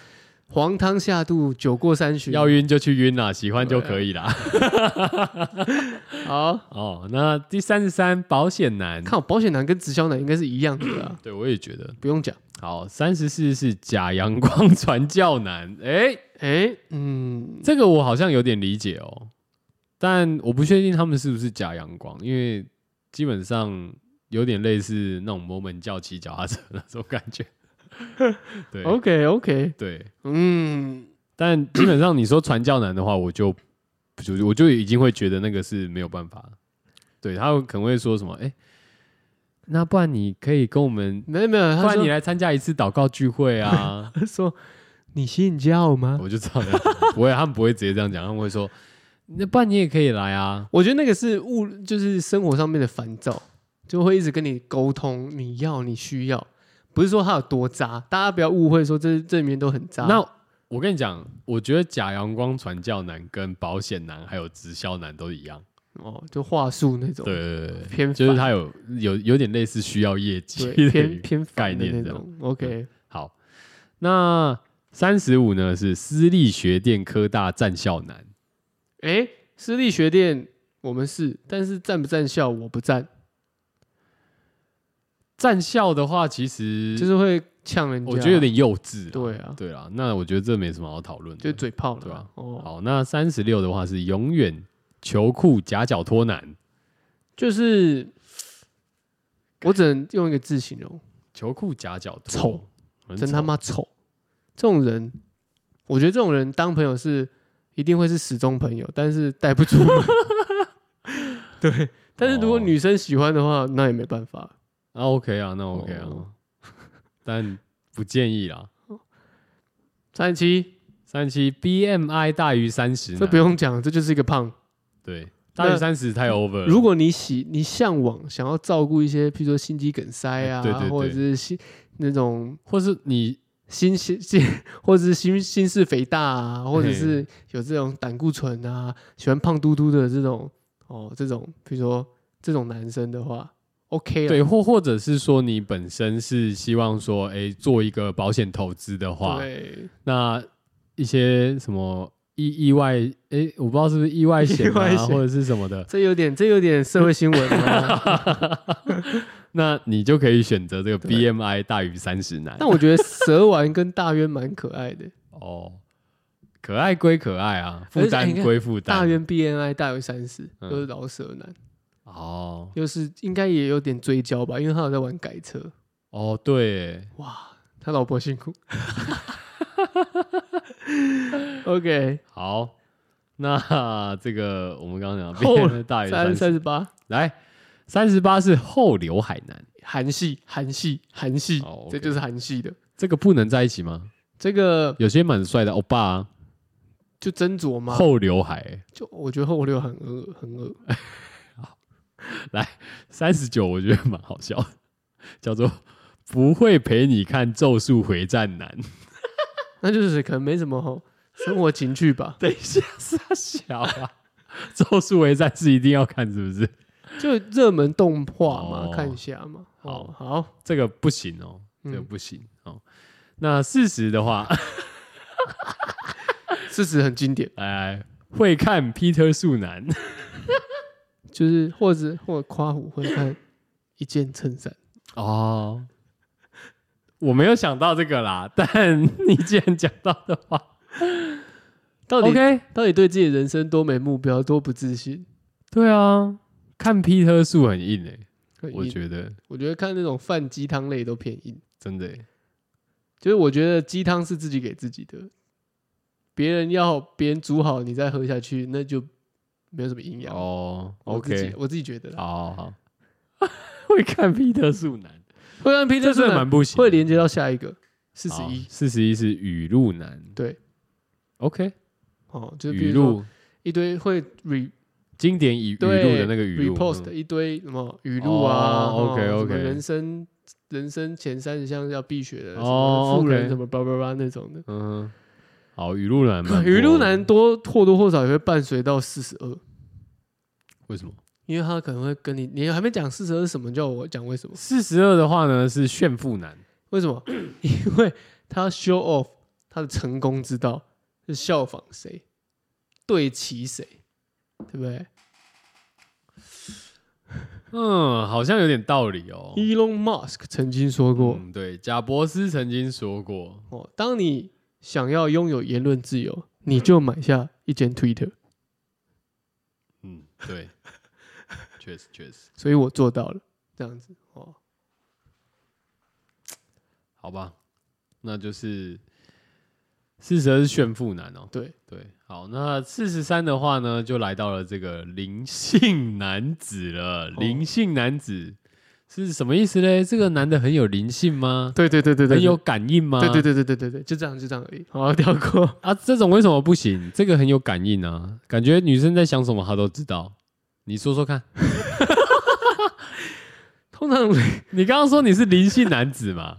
黄汤下肚，酒过三巡。要晕就去晕啦，喜欢就可以啦。啊好， 哦，那第三十三保险男，看我保险男跟直销男应该是一样的 ，啦对我也觉得不用讲。好。三十四是假阳光传教男， 哎，哎，嗯，这个我好像有点理解哦，但我不确定他们是不是假阳光，因为基本上有点类似那种摩门教骑脚踏车那种感 觉。对 OK OK，对，嗯，但基本上你说传教男的话，我就就我就已经会觉得那个是没有办法。对他可能会说什么？哎、那不然你可以跟我们，没有没有，不他然你说！来参加一次祷告聚会啊他 说你信教吗？我就知道了， 不会，他们不会直接这样讲，他们会说，那不然你也可以来啊。我觉得那个是物，就是生活上面的烦躁，就会一直跟你沟通，你要你需要，不是说他有多渣，大家不要误会说这这里面都很渣。那我跟你讲，我觉得假阳光传教男跟保险男还有直销男都一样。哦，就话术那种对对对对，偏烦就是他有有有点类似需要业绩对的偏偏烦概的念那这样种。OK，好，那三十五呢是私立学店科大战校男，诶，私立学店我们是，但是站不站校我不站，战校的话其实就是会呛人家。我觉得有点幼稚啦。对啊，对啦，那我觉得这没什么好讨论就的。嘴炮了对嘛啊。哦，好，那三十六的话是永远球裤夹脚拖男，就是我只能用一个字形容，球裤夹脚拖丑，很真丑他妈丑！这种人，我觉得这种人当朋友是一定会是始终朋友，但是带不出门。 对，但是如果哦女生喜欢的话，那也没办法。啊！OK 啊，那 OK 啊， 哦但不建议啦。三十七，三七 BMI 大于三十，这不用讲，这就是一个胖。对，大那于三十太 over 了。如果你喜你向往想要照顾一些，譬如说心肌梗塞啊，哎对对对或者是心那种或是你心心心，或者是心心室肥大啊，或者是有这种胆固醇啊，喜欢胖嘟嘟的这种哦，这种比如说这种男生的话，OK 了，对，或或者是说你本身是希望说，哎、做一个保险投资的话，对，那一些什么意意外，哎、我不知道是不是意外险意外啊，险或者是什么的，这有点这有点社会新 闻啊。那你就可以选择这个对 BMI 大于三十男。但我觉得蛇丸跟大渊蛮可爱 的，哦，可爱归可爱啊，负而且哎担你看归负大担。渊 BNI 大于三十，嗯都是老蛇男，哦又是应该也有点追焦吧，因为他有在玩改车，哦，对，哎哇，他老婆辛苦。OK，好，那这个我们刚刚讲后 BMI 大于三三十，三十八。来三十八是后刘海男，韩系，韩系，韩系，哦这 OK 就是韩系的。这个不能在一起吗？这个有些蛮帅的欧巴啊、就斟酌嘛，后刘海就我觉得后六很恶，很恶。三十九，39我觉得蛮好笑的， 叫做不会陪你看《咒术回战》男。，那就是可能没什么吼生活情趣吧 等一下，傻小啊，《 咒术回战》是一定要看是不是？就热门动画嘛，哦看一下嘛。好哦，好，这个不行哦，这嗯个不行、哦。那事实的话， 事实很经典，来来哎会看 Peter 树男，就是或者或者夸虎会看一件衬衫，哦，我没有想到这个啦，但 你既然讲到的话到底，OK，到底对自己的人生多没目标，多不自信？对啊，看 Peter 树很硬诶、欸很我硬觉得我觉得看那种饭鸡汤类都偏硬。真的欸就是我觉得鸡汤是自己给自己的，别人要别人煮好你再喝下去，那就没有什么营养。哦我自己，OK，我自己觉得啦，好 好，会看皮特树男，会让 P 这特真的蛮不行的。哦会连接到下一个四十一四十一是语录男，对，OK，哦，就是比语如说录一堆会 re 经典语语对录的那个语录 repost 嗯一堆什么语录啊、哦哦 OK，OK 什么人生人生前三十项要必学的，什哦么富人 OK 什么叭叭叭那种的。嗯哼，好，语录男蛮多，语录男多或多或少也会伴随到四十二，为什么？因为他可能会跟你，你还没讲四十二是什么，叫我讲为什么？四十二的话呢是炫富男，为 什么？因为他要 show off 他的成功之道，是效仿谁，对齐谁，对不对、嗯，好像有点道理哦。 e l o n Musk 曾经说过、嗯，对，贾伯斯曾经说过，哦，当你想要拥有言论自由，你就买下一间 Twitter。嗯， 对，确实确实，所以我做到了，这样子哦。好吧，那就是四十二是炫富男哦。对对，好，那四十三的话呢，就来到了这个灵性男子了。哦灵性男子是什么意思嘞？这个男的很有灵性吗？对对对对对，很有感应吗？对对对对对对对，就这样就这样而已。好，跳过。啊，这种为什么不行？这个很有感应啊，感觉女生在想什么她都知道。你说说看，通常 你刚刚说你是灵性男子嘛？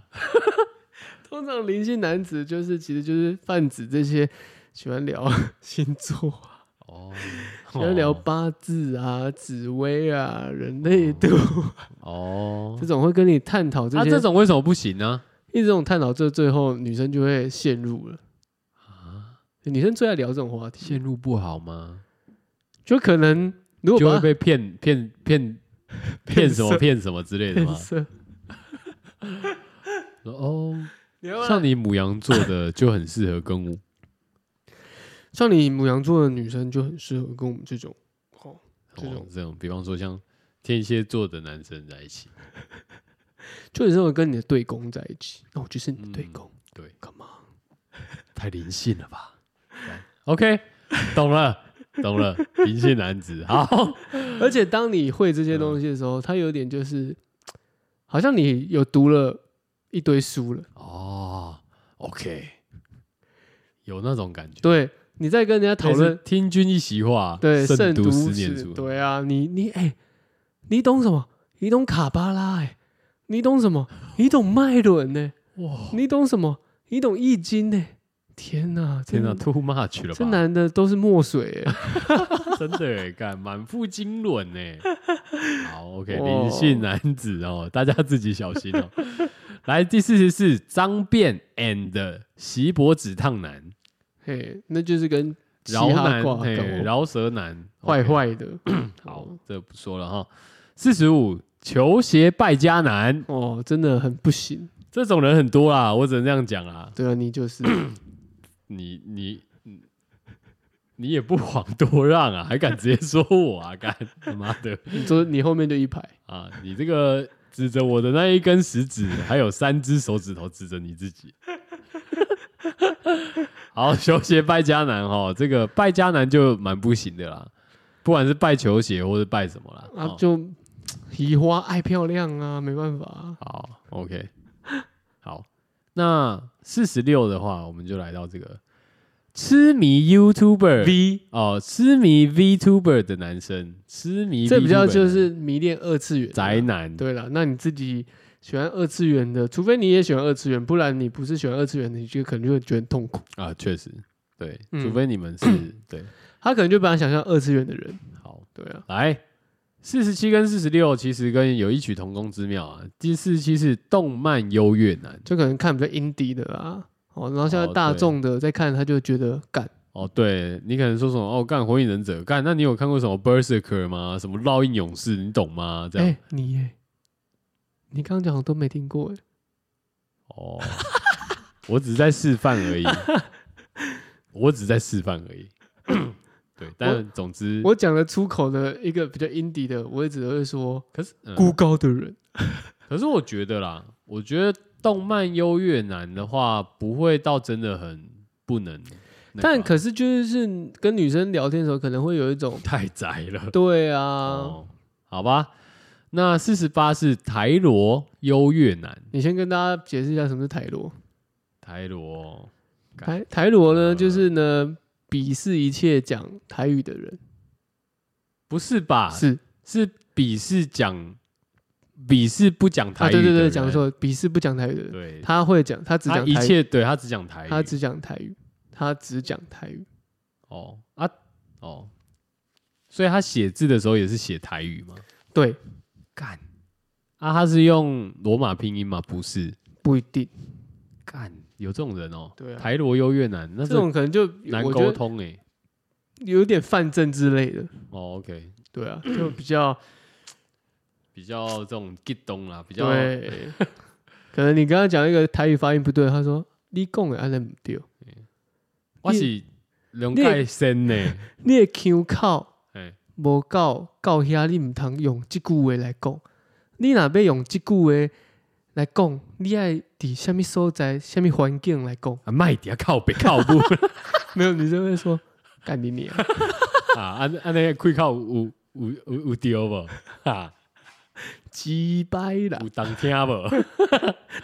通常灵性男子就是其实就是泛指这些喜欢聊 星座啊哦，喜欢聊八字啊、紫薇啊、人类图、哦 这，种，会跟你探讨这啊，些。这种为什么不行呢？一直这种探讨，这最后女生就会陷入了。女生最爱聊这种话题，陷入不好吗？就可能如就果会把它被骗骗 骗骗什么色骗什么之 类的吗变？色，说哦，你要不然像你母羊座 的就很适合跟我，像你母羊座的女生就很适合跟我们这种哦， 这哦种、这种，比方说像天蝎座的男生在一起，就很适合跟你的对攻在一起。那我就是你的对攻，对，干嘛？太灵性了吧？OK，懂 了，懂了，灵性男子， 好，而且当你会这些东西的时候，它有点就是，好像你有读了一堆书了，哦，OK，有那种感觉。对，你在跟人家讨类论似，听君一席话，对，胜胜读十十年书，对啊，你你哎、你懂什么？你懂卡巴拉哎、你懂什么？你懂脉轮呢？哇，你懂什么？你懂易经呢、天哪、这天哪，too much 了这吧？男的都是墨水、哎 真的耶，干满腹经纶呢。 好，OK，哇灵性男子哦，大家自己小心哦。 来，第四十四，脏辫 and 锡箔纸烫男，嘿，那就是跟嘻饶哈男，挂嘿，钩，饶舌男，坏 OK 坏的。好，这不说了哈。四十五，球鞋败家男，哦，真的很不行。这种人很多啦，我只能这样讲啦。对啊，你就是你你嗯你也不遑多让啊，还敢直接说我啊？干他妈的你说你后面就一排，啊！你这个指着我的那一根食指，还有三只手指头指着你自己。 好，球鞋败家男哈，这个败家男就蛮不行的啦，不管是败球鞋或是败什么啦。啊哦，就移花爱漂亮啊，没办法啊、好，OK，好，那四十六的话，我们就来到这个痴迷 YouTuber V 哦，痴迷 VTuber 的男生，痴迷 VTuber 这比较就的是迷恋二次元啊 E 宅。男，对了，那你自己喜欢二次元的，除非你也喜欢二次元，不然你不是喜欢二次元的，你就可能就会觉得很痛苦。啊，确实，对，嗯除非你们是、对，他可能就把他想象二次元的人。好，对啊，来，四十七跟四十六其实跟有异曲同工之妙啊。第四十七是动漫优越男，就可能看比较 indie 的啊。哦，然后现在哦大对众的在看，他就觉得干哦，对你可能说什么哦，干火影忍者，干，那你有看过什么 Berserker 吗？什么烙印勇士，你懂吗？这哎、样，你哎，你刚刚讲的都没听过哎，哦， 我只是在示范而已，我只是在示范而已。对，但总之，我讲的出口的一个比较 indie 的，我也只会说可是、嗯孤高的人，可是我觉得啦，我觉得动漫优越男的话，不会到真的很不能那个啊，但可是就是跟女生聊天的时候，可能会有一种太宅了。对啊，哦，好吧。那四十八是台罗优越男，你先跟大家解释一下什么是台罗。台罗干台台罗呢，呃就是呢鄙视一切讲台语的人，不是吧？是是鄙视讲鄙视不讲台啊，语的对对人、对，讲错了，鄙视不讲台语的人，对，他会讲，他只他讲一台语，切对他只讲台语，他只讲台语，他只讲台语，哦啊哦，所以他写字的时候也是写台语吗？对，干啊，他是用罗马拼音吗？不是，不一定，干有这种人哦，对啊台罗优越男，那这这种可能就难我觉沟得通哎。有点泛政之类的，哦，OK，对啊，就比较比较这种激动啦，比较 对，可能你刚刚讲一个台语发音不对，他说你讲的安尼唔对，我是两盖生呢， 你的腔口。哎，？无到到遐，你毋通用即句话来讲。你若要用即句话来讲，你爱伫什物所在、什物环境来讲啊，卖点靠北靠不没有，你就会说干你娘！ 啊，安安那会靠有有有有丢不？ 哈，鸡掰啦有！当听 不？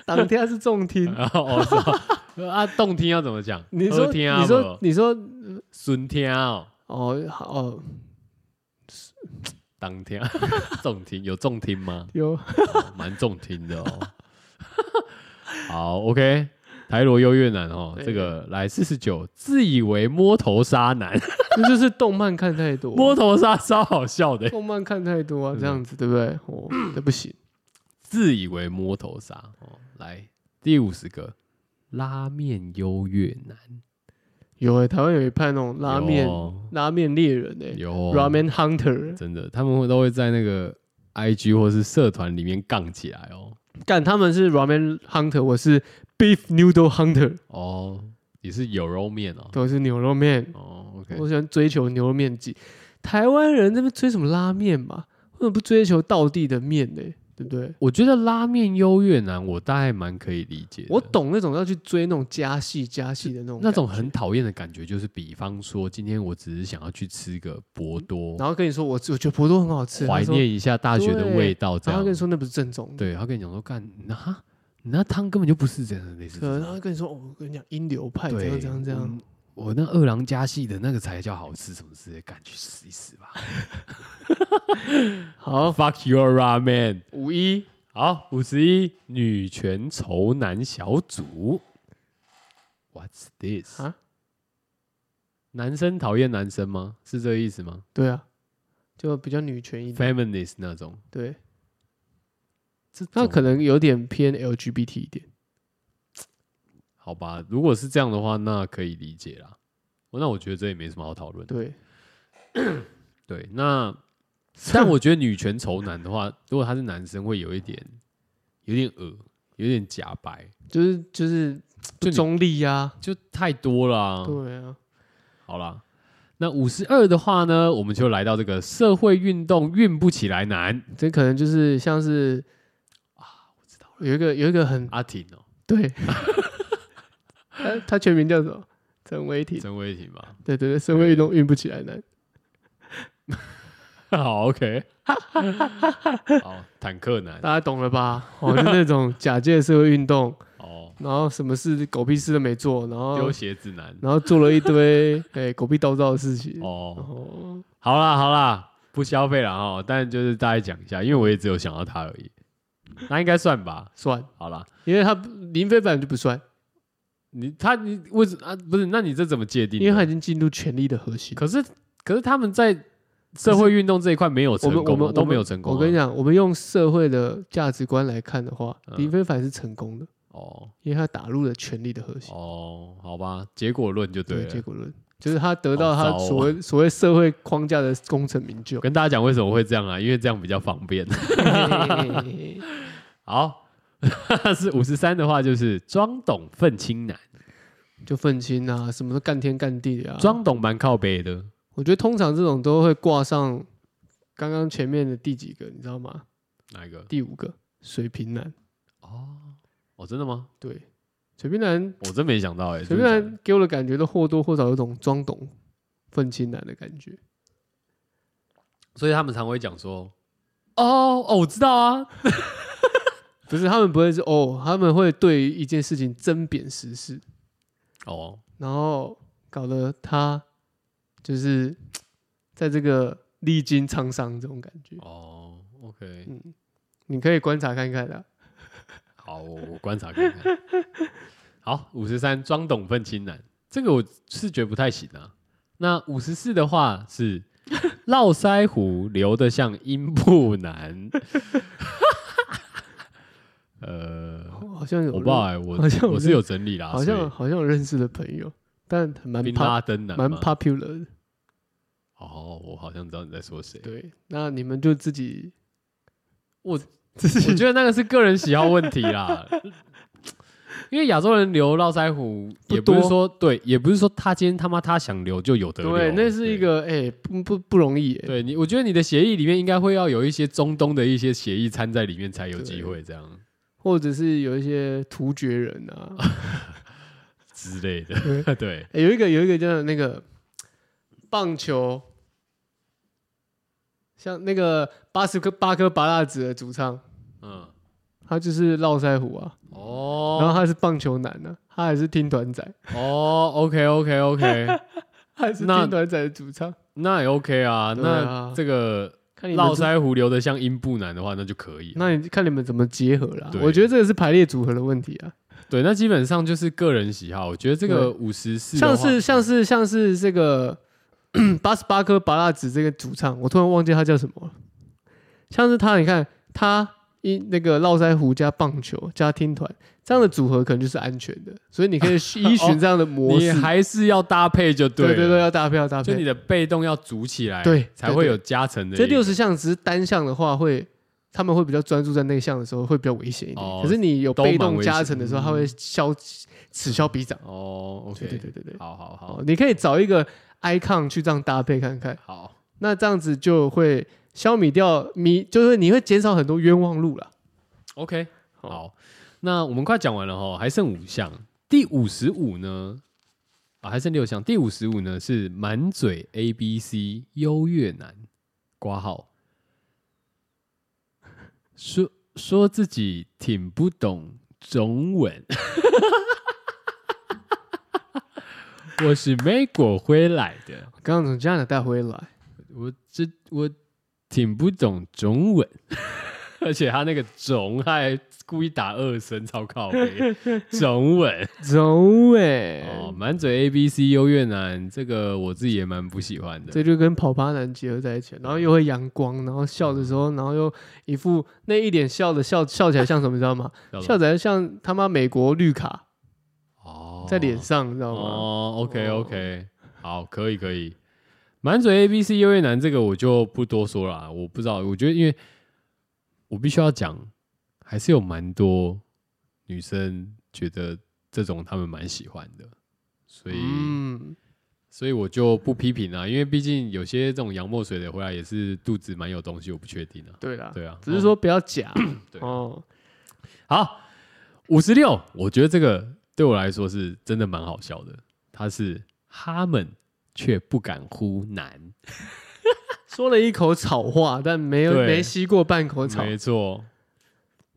当天是 重听。然后我说 啊，动听要怎么讲？你说，好听啊你说，你说，损听哦，哦好哦，当听 重听有重听吗？有哦蛮重听的哦。 好，OK，台罗优越男哦，对这个来四十九，自以为摸头杀男，这就是动漫看太多，啊 摸头杀超好笑的，动漫看太多啊，嗯这样子对不对？哦，这不行。自以为摸头杀哦。来第五十个，拉面优越男，有哎、台湾有一派那种拉面有拉面猎人哎、有 Ramen Hunter，真的，他们会都会在那个 IG 或是社团里面杠起来哦。干他们是 Ramen Hunter，我是 Beef Noodle Hunter，哦，也是有肉面哦。都是牛肉面，哦，OK，我喜欢追求牛肉面技。台湾人这边追什么拉面嘛？为什么不追求道地的面呢？对不对？我觉得拉面优越男，我大概蛮可以理解的。我懂那种要去追那种加戏加戏的那种那种感很讨厌的感觉，就是比方说，今天我只是想要去吃个博多觉，，然后跟你说我我觉得博多很好吃，怀他说，念一下大学的对味道，这然样后他跟。你说那不是正宗的，对，他跟你讲说，干那哈你那汤根本就不是这样的类似这对，种。然后他跟你说哦，我跟你讲阴流派怎对，样怎样怎样嗯，。我那二郎加戏的那个才叫好吃，什么之类，哎敢去试一试吧。 好 Fuck your ramen。五一好，五十一女权仇男小组。What's this？啊，男生讨厌男生吗？是这个意思吗对啊，就比较女权一点， ？Feminist 那种，对，这那种可能有点偏 LGBT 一点。好吧？如果是这样的话，那可以理解啦。哦那我觉得这也没什么好讨论的。对，对， 那但我觉得女权仇男的话，如果他是男生，会有一点有点恶，有点假白，就是就是不就你中立啊呀、就太多了、啊。对啊，好啦，那五十二的话呢，我们就来到这个社会运动运不起来难。这可能就是像是啊，我知道有一个有一个很、阿婷哦、 对，他他全名叫什么？陈伟霆。陈伟霆吧。 对对对，社会运动运不起来呢。好，OK。好，坦克男大家懂了吧？哦，就那种假借社会运动， 哦，然后什么事狗屁事都没做，然后丢鞋子男然后做了一 堆哎、狗屁倒灶的事情。哦。哦，好啦，好啦，不消费了哈，但就是大概讲一下，因为我也只有想到他而已。那应该算吧。算，好啦，因为他林非凡就不算，你他你为什啊？不是，那你这怎么界定呢？因为他已经进入权力的核心。可是可是他们在社会运动这一块没有我成们我功啊，们都没有成功啊。我跟你讲，我们用社会的价值观来看的话，嗯林非凡是成功的，哦因为他打入了权力的核心。哦，好吧，结果论就对了。结果论就是他得到好他糟哦所谓、所谓社会框架的功成名 就。跟大家讲为什么会这样啊？因为这样比较方便。 好， 是五十三的话，就是装懂愤青男，就愤青啊，什么都干天干地的啊。装懂蛮靠北的。我觉得通常这种都会挂上刚刚前面的第几个，你知道吗？哪一个？第五个水瓶男，哦，哦，真的吗？对，水瓶男，我真没想到哎、欸。水真瓶的假的男给我的感觉都或多或少有种装懂愤青男的感觉。所以他们常会讲说，哦哦，我知道啊，不是，他们不会是哦，他们会对于一件事情争辩时事，哦，然后搞得他就是在这个历经沧桑这种感觉。哦，OK，嗯，你可以观察看看啊的、好，我我观察看 看。好，五十三装懂愤青男，这个我是觉得不太行啊。那五十四的话 是络腮胡留得像阴部 男，呃，好像有我不认，知道哎、我好像有我是有整理啦，好所像以好像有认识的朋友，但蛮宾 pop- 拉登男蛮嘛 popular 的。哦，我好像知道你在说谁。对，那你们就自己，我自我己觉得那个是个人喜好问题 啦，因为亚洲人留络腮胡不也不是多说对，也不是说他今天他妈他想留就有得留，对，那是一个哎不不不容易对。哎对你，我觉得你的协议里面应该会要有一些中东的一些协议掺在里面才有机会这样或者是有一些突厥人啊， 之类的， 对，欸有一个有一个叫那个棒球，像那个巴斯克巴克巴拉子的主唱，嗯，他就是络腮胡啊，然后哦他是棒球男呢、啊，他还是听团仔，哦，OK OK OK，他还是那听团仔的主唱。那也 OK 啊，对啊那这个看你们络怎，腮胡留的像阴部男的话，那就可以啊，那你看你们怎么结合啦？对我觉得这个是排列组合的问题啊，对，那基本上就是个人喜好，我觉得这个五十四像是嗯像是像是这个 巴斯巴克巴拉子这个主唱，我突然忘记他叫什么了，像是他，你看他一那个络腮胡加棒球加听团这样的组合可能就是安全的，所以你 可以依循这样的模你式。还是要搭配就对了对对，要搭配要搭就你配。的被动要组起来，对才会有加成的一这个。六十项只是单项的话会，他们会比较专注在内项的时候会比较危险一点。哦可是你有都蛮被动危险加成的时候，它会消此消彼长。哦，OK，对对对对对，好好好哦，你可以找一个 icon 去这样搭配看看。好，那这样子就会消弭掉迷，就是你会减少很多冤枉路了。 OK，好好，那我们快讲完了哈，还剩五项。第五十五呢，啊，还剩六项。第五十五呢是满嘴 A B C 优越男，挂号，说说自己挺不懂中文。我是美国回来的，刚刚从加拿大回来，我这我挺不懂中文， 而且他那个“中”还故意打二声，超靠背，中文走 哎、哦，满嘴 A B C 优越男，这个我自己也蛮不喜欢的。这就跟跑趴男结合在一起了，然后又会阳光，然后笑的时候，然后又一副那一脸笑的笑笑起来像什么，你知道吗？叫笑起来像他妈美国绿卡哦在脸上，你知道吗？哦，OK OK，好，可以可以。满嘴 A B C 优越男这个我就不多说了啊，我不知道，我觉得因为我必须要讲，还是有蛮多女生觉得这种他们蛮喜欢的，所以、嗯，所以我就不批评啊啦、因为毕竟有些这种洋墨水的回来也是肚子蛮有东西，我不确定啊。对啦，对啊，只是说不要假对 哦。好，五十六，我觉得这个对我来说是真的蛮好笑的。他是他们却不敢呼男，说了一口草话，但没有对没吸过半口草。没错，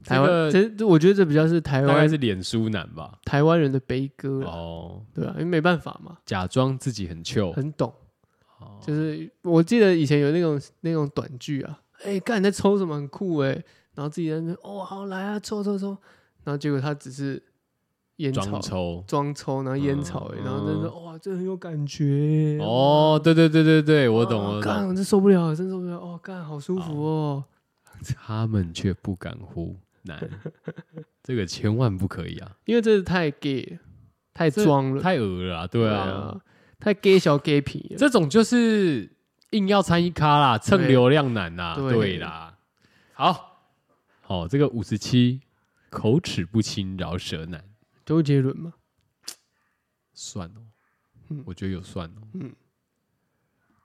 台湾，这这这我觉得这比较是台个大概湾嗯是脸书男吧？台湾人的悲歌啦，哦，对啊，因为没办法嘛，假装自己很 chill，很懂。哦就是我记得以前有那种那种短剧啊，哎、干你在抽什么很酷哎、然后自己在那边哦好来啊抽抽抽，然后结果他只是烟草装抽。装抽，然后烟草哎、嗯然后在那边哇这很有感觉、哦，对对对对对，我懂哦我干懂。我真受不了，真受不了哦干好舒服哦，他们却不敢呼男，这个千万不可以 啊！因为这是太 gay 了太这装了，太恶了啊，对啊，，太 gay 小 gay 皮了，这种就是硬要参一咖啦，蹭对流量男啦，对对啦。好，好，这个五十七，口齿不清饶舌男，周杰伦嘛，算哦嗯，我觉得有算哦，嗯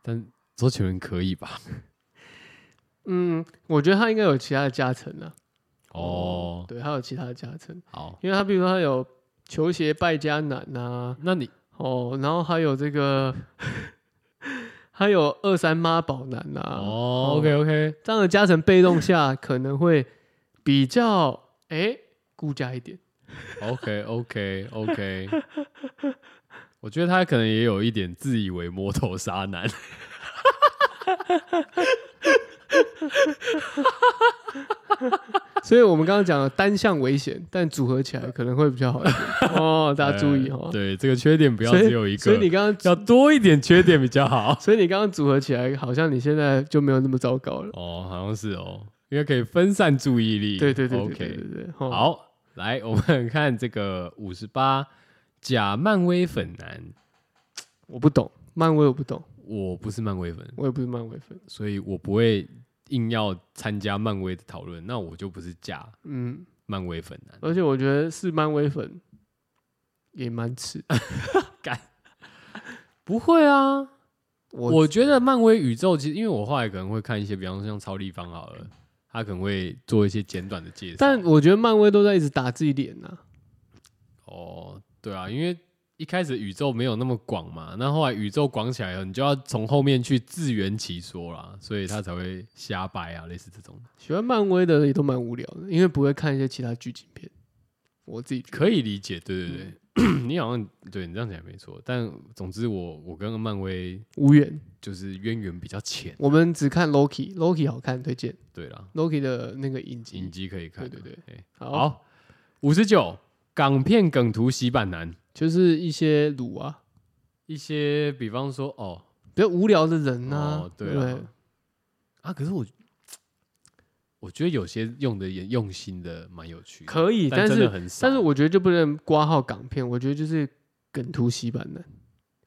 但周杰伦可以吧？嗯，我觉得他应该有其他的加成啊，哦，对，他有其他的加成。好，因为他比如说他有球鞋败家男呐、那你哦，然后还有这个，还有二三妈宝男呐、哦，OK OK，这样的加成被动下可能会比较哎、顾家一点， OK OK OK，我 觉得他可能也有一点自以为摸头杀男。所以我们刚刚讲的单项危险，但组合起来可能会比较好一 点哦，大家注意呃哦。对，这个缺点不要所以只有一个，所以你刚刚，要多一点缺点比较好。所以你刚刚组合起来，好像你现在就没有那么糟糕了。 哦，好像是哦，因为可以分散注意力。对对对对对 OK，对对，哦，好，来我们看这个五十八假漫威粉男，我不懂漫威，我不懂，我不是漫威粉，啊我也不是漫威粉，所以我不会硬要参加漫威的讨论，那我就不是假嗯。漫威粉男。而且我觉得是漫威粉也蛮 吃，不会啊，我我觉得漫威宇宙其实，因为我后来可能会看一些，比方说像超立方好了，他可能会做一些简短的介绍。但我觉得漫威都在一直打自己脸呐、哦，对啊，因为一开始宇宙没有那么广嘛，那后来宇宙广起来了，你就要从后面去自圆其说啦，所以他才会瞎掰啊，类似这种，喜欢漫威的也都蛮无聊的，因为不会看一些其他剧情片。我自己觉得可以理解，对对对，嗯你好像对你这样讲也没错，但总之我我跟漫威无缘，就是渊源比较浅，我们只看 Loki，Loki 好看，推荐对啦， Loki 的那个影集影。集可以看啊，嗯对对对，好，好，五十九港片梗图洗版男，就是一些鲁啊，一些比方说哦比较无聊的人呐、啊哦，对对不啊，对？啊，可是我我觉得有些用的也用心的蛮有趣的，可以，但真的是很少。但是我觉得就不能挂号港片，我觉得就是梗图洗版的，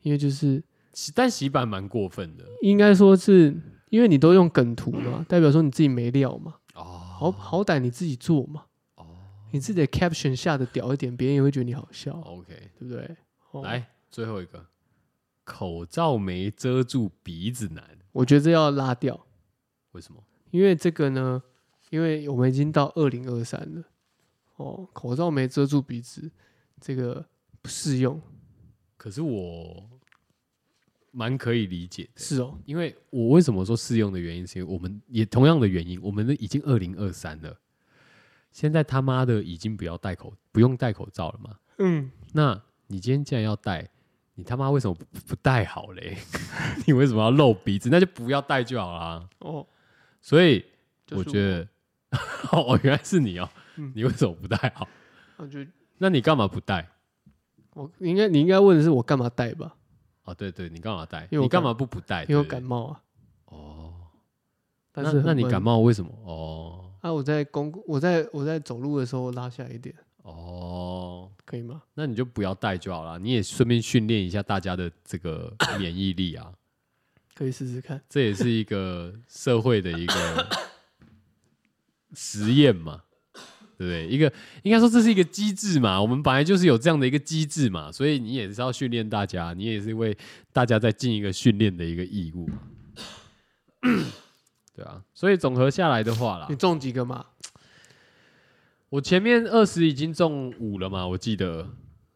因为就是洗但洗版蛮过分的应该说是因为你都用梗 图嘛，代表说你自己没料嘛，好哦好歹你自己做嘛，哦你自己的 caption 下的屌一点，别人也会觉得你好笑， ，OK，对不对？哦，来最后一个，口罩没遮住鼻子难，我觉得这要拉掉，为什么？因为这个呢，因为我们已经到二零二三了，哦，口罩没遮住鼻子，这个不适用，可是我蛮可以理解的，是哦，因为我为什么说适用的原因，是因为我们也同样的原因，我们已经二零二三了，现在他妈的已经不要戴口，不用戴口罩了嘛。嗯，那你今天既然要戴，你他妈为什么不不戴好嘞？ 你为什么要露鼻子？那就不要戴就好啦。哦，所以就是我觉得， 哦，原来是你哦，嗯你为什么不戴好？我觉得。那你干嘛不戴？我应该你应该问的是我干嘛戴吧？哦，对对，你干嘛戴？因为我你干感嘛不不戴？因为我哎对感冒啊。哦，但那是那很你闷感冒为什么？哦啊？我在公我在我在走路的时候拉下一点，哦，可以吗？那你就不要戴就好啦。你也顺便训练一下大家的这个免疫力啊，可以试试看。这也是一个社会的一个实验嘛，对不对？一个应该说这是一个机制嘛，我们本来就是有这样的一个机制嘛，所以你也是要训练大家，你也是为大家在尽一个训练的一个义务嘛。 对啊，所以总和下来的话啦你，中几个嘛？我前面二十已经中五了嘛，我记得，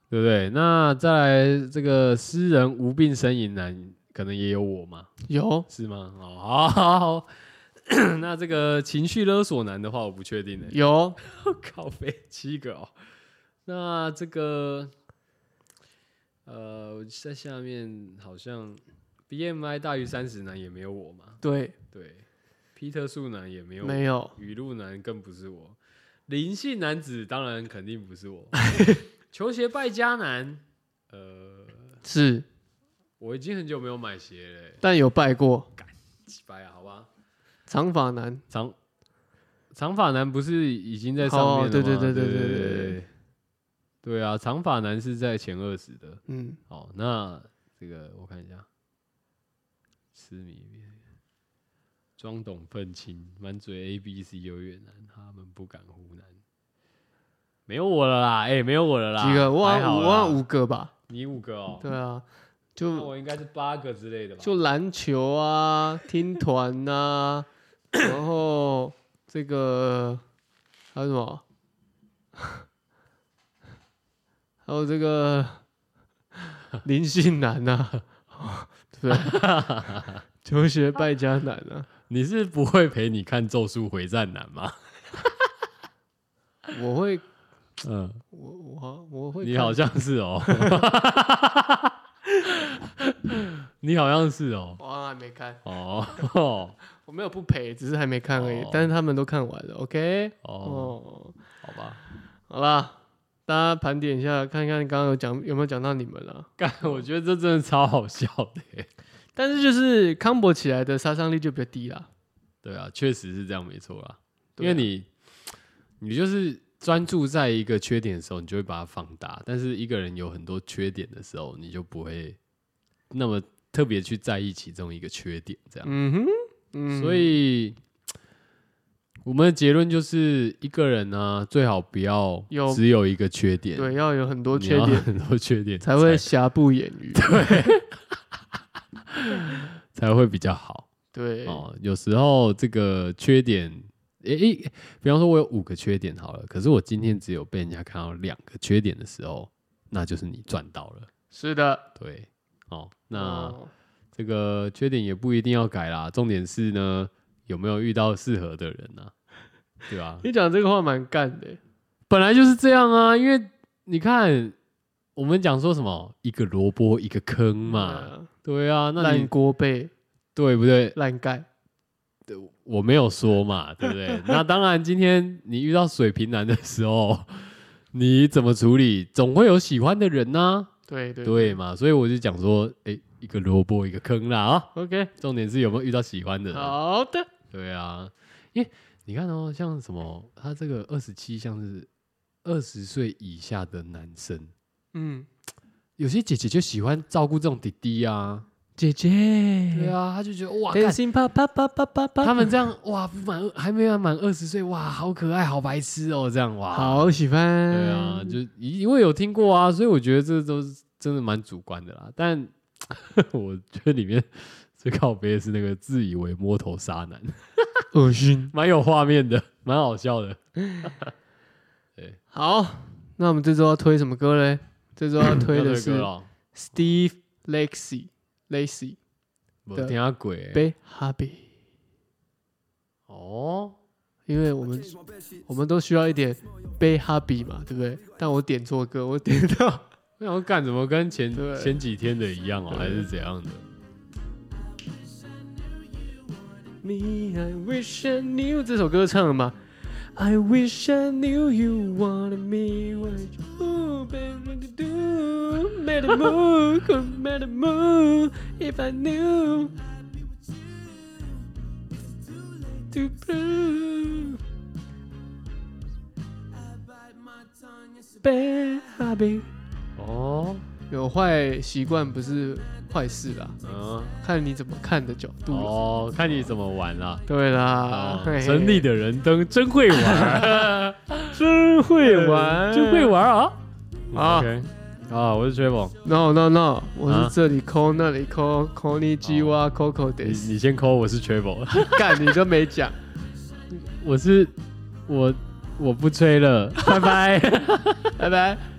对不对？那再来这个诗人无病呻吟男，可能也有我嘛，有是吗？哦，好好好。 那这个情绪勒索男的话，我不确定呢。有， 靠背七个哦。那这个，呃，我在下面好像 BMI 大于三十男也没有我嘛，对，对，皮特树男也没有我没有，语录男更不是我，灵性男子当然肯定不是 我，球鞋败家男，呃，是，我已经很久没有买鞋了欸，但有拜过几百啊，好吧，长发男，长长发男不是已经在上面了吗？哦对对对对对对对对对对，对啊，长发男是在前二十的。嗯，好，那这个我看一下，痴迷别人装懂愤青，满嘴 A B C 优越男，他们不敢湖南。没有我了啦，哎、没有我了啦，几个？我好还像好五啦我好像五个吧？你五个哦、对啊，那就我应该是八个之类的吧？就篮球啊，听团 呐，然后这个还有什么？还有 这个林信男呐、对不对？求学败家男啊，你是不会陪你看《咒术回战》男吗？我会，嗯，我我好我会看，你好像是哦、 你好像是哦、我好像还没看，哦我没有不陪，只是还没看而已。哦但是他们都看完了，OK？哦， 哦，好吧。好啦，大家盘点一下，看看刚刚有讲有没有讲到你们了。干，我觉得这真的超好笑的欸。但是就是康博起来的杀伤力就比较低啦，对啊，确实是这样，没错啦。因对啊为你，你就是专注在一个缺点的时候，你就会把它放大；但是一个人有很多缺点的时候，你就不会那么特别去在意其中一个缺点，这样。嗯哼，嗯，所以，我们的结论就是，一个人呢、最好不要有只有一个缺点，对要有很多 你缺要点很多缺点 才会瑕不掩 瑜，才会比较好。对，哦，有时候这个缺点，诶、诶比方说我有五个缺点好了，可是我今天只有被人家看到两个缺点的时候，那就是你赚到了。是的，对，哦，那哦这个缺点也不一定要改啦，重点是呢，有没有遇到适合的人啊？对吧、你讲这个话蛮干的，本来就是这样啊，因为你看，我们讲说什么一个萝卜一个坑嘛，嗯对啊，那烂你锅背对不对？烂盖，我没有说嘛，对不对？那当然，今天你遇到水瓶男的时候， 你怎么处理？总会有喜欢的人呐、对对对嘛？所以我就讲说，哎，一个萝卜一个坑啦啊！ ，OK，重点是有没有遇到喜欢的人？好的，对啊，因为你看哦，像什么，他这个二十七像是二十岁以下的男生，嗯，有些姐姐就喜欢照顾这种弟弟啊，姐姐，对对，啊，他就觉得哇，干心啪啪啪啪啪啪，他们这样哇，不满还没有满二十岁，哇，好可爱，好白痴哦，这样哇，好嗯喜欢，对啊，就因因为有听过啊，所以我觉得这都是真的蛮主观的啦。但 我觉得里面最靠背的是那个自以为摸头杀男， 恶心。蛮有画面的，蛮好笑的。好，那我们这周要推什么歌嘞？这周要推 的是要歌哦 Steve Lacy Lacy 我的听下鬼欸 Bad Habit，哦，因为我们我们都需要一点 Bad Habit 嘛，对不对？但我点错歌，我点到我想说干什么跟前对前几天的一样哦，对还是怎样的？ Me I wish I knew 这首歌唱的嘛。I wish I knew you wanted me. What you been to do? Made a move, could made a move. If I knew, too blue. Bad habit，哦，有坏习惯不是坏事啦，嗯，看你怎么看的角度了。哦，看你怎么玩啦。对啦啊，，嘿嘿城里的人灯真会玩， 真会玩真会玩啊！啊 OK 啊，我是吹风， No no no，我啊哦是这里抠那里抠，抠你鸡哇 Coco 你 d 你先扣，我是吹风， 干你就没讲，我是我我不吹了，拜拜。拜拜。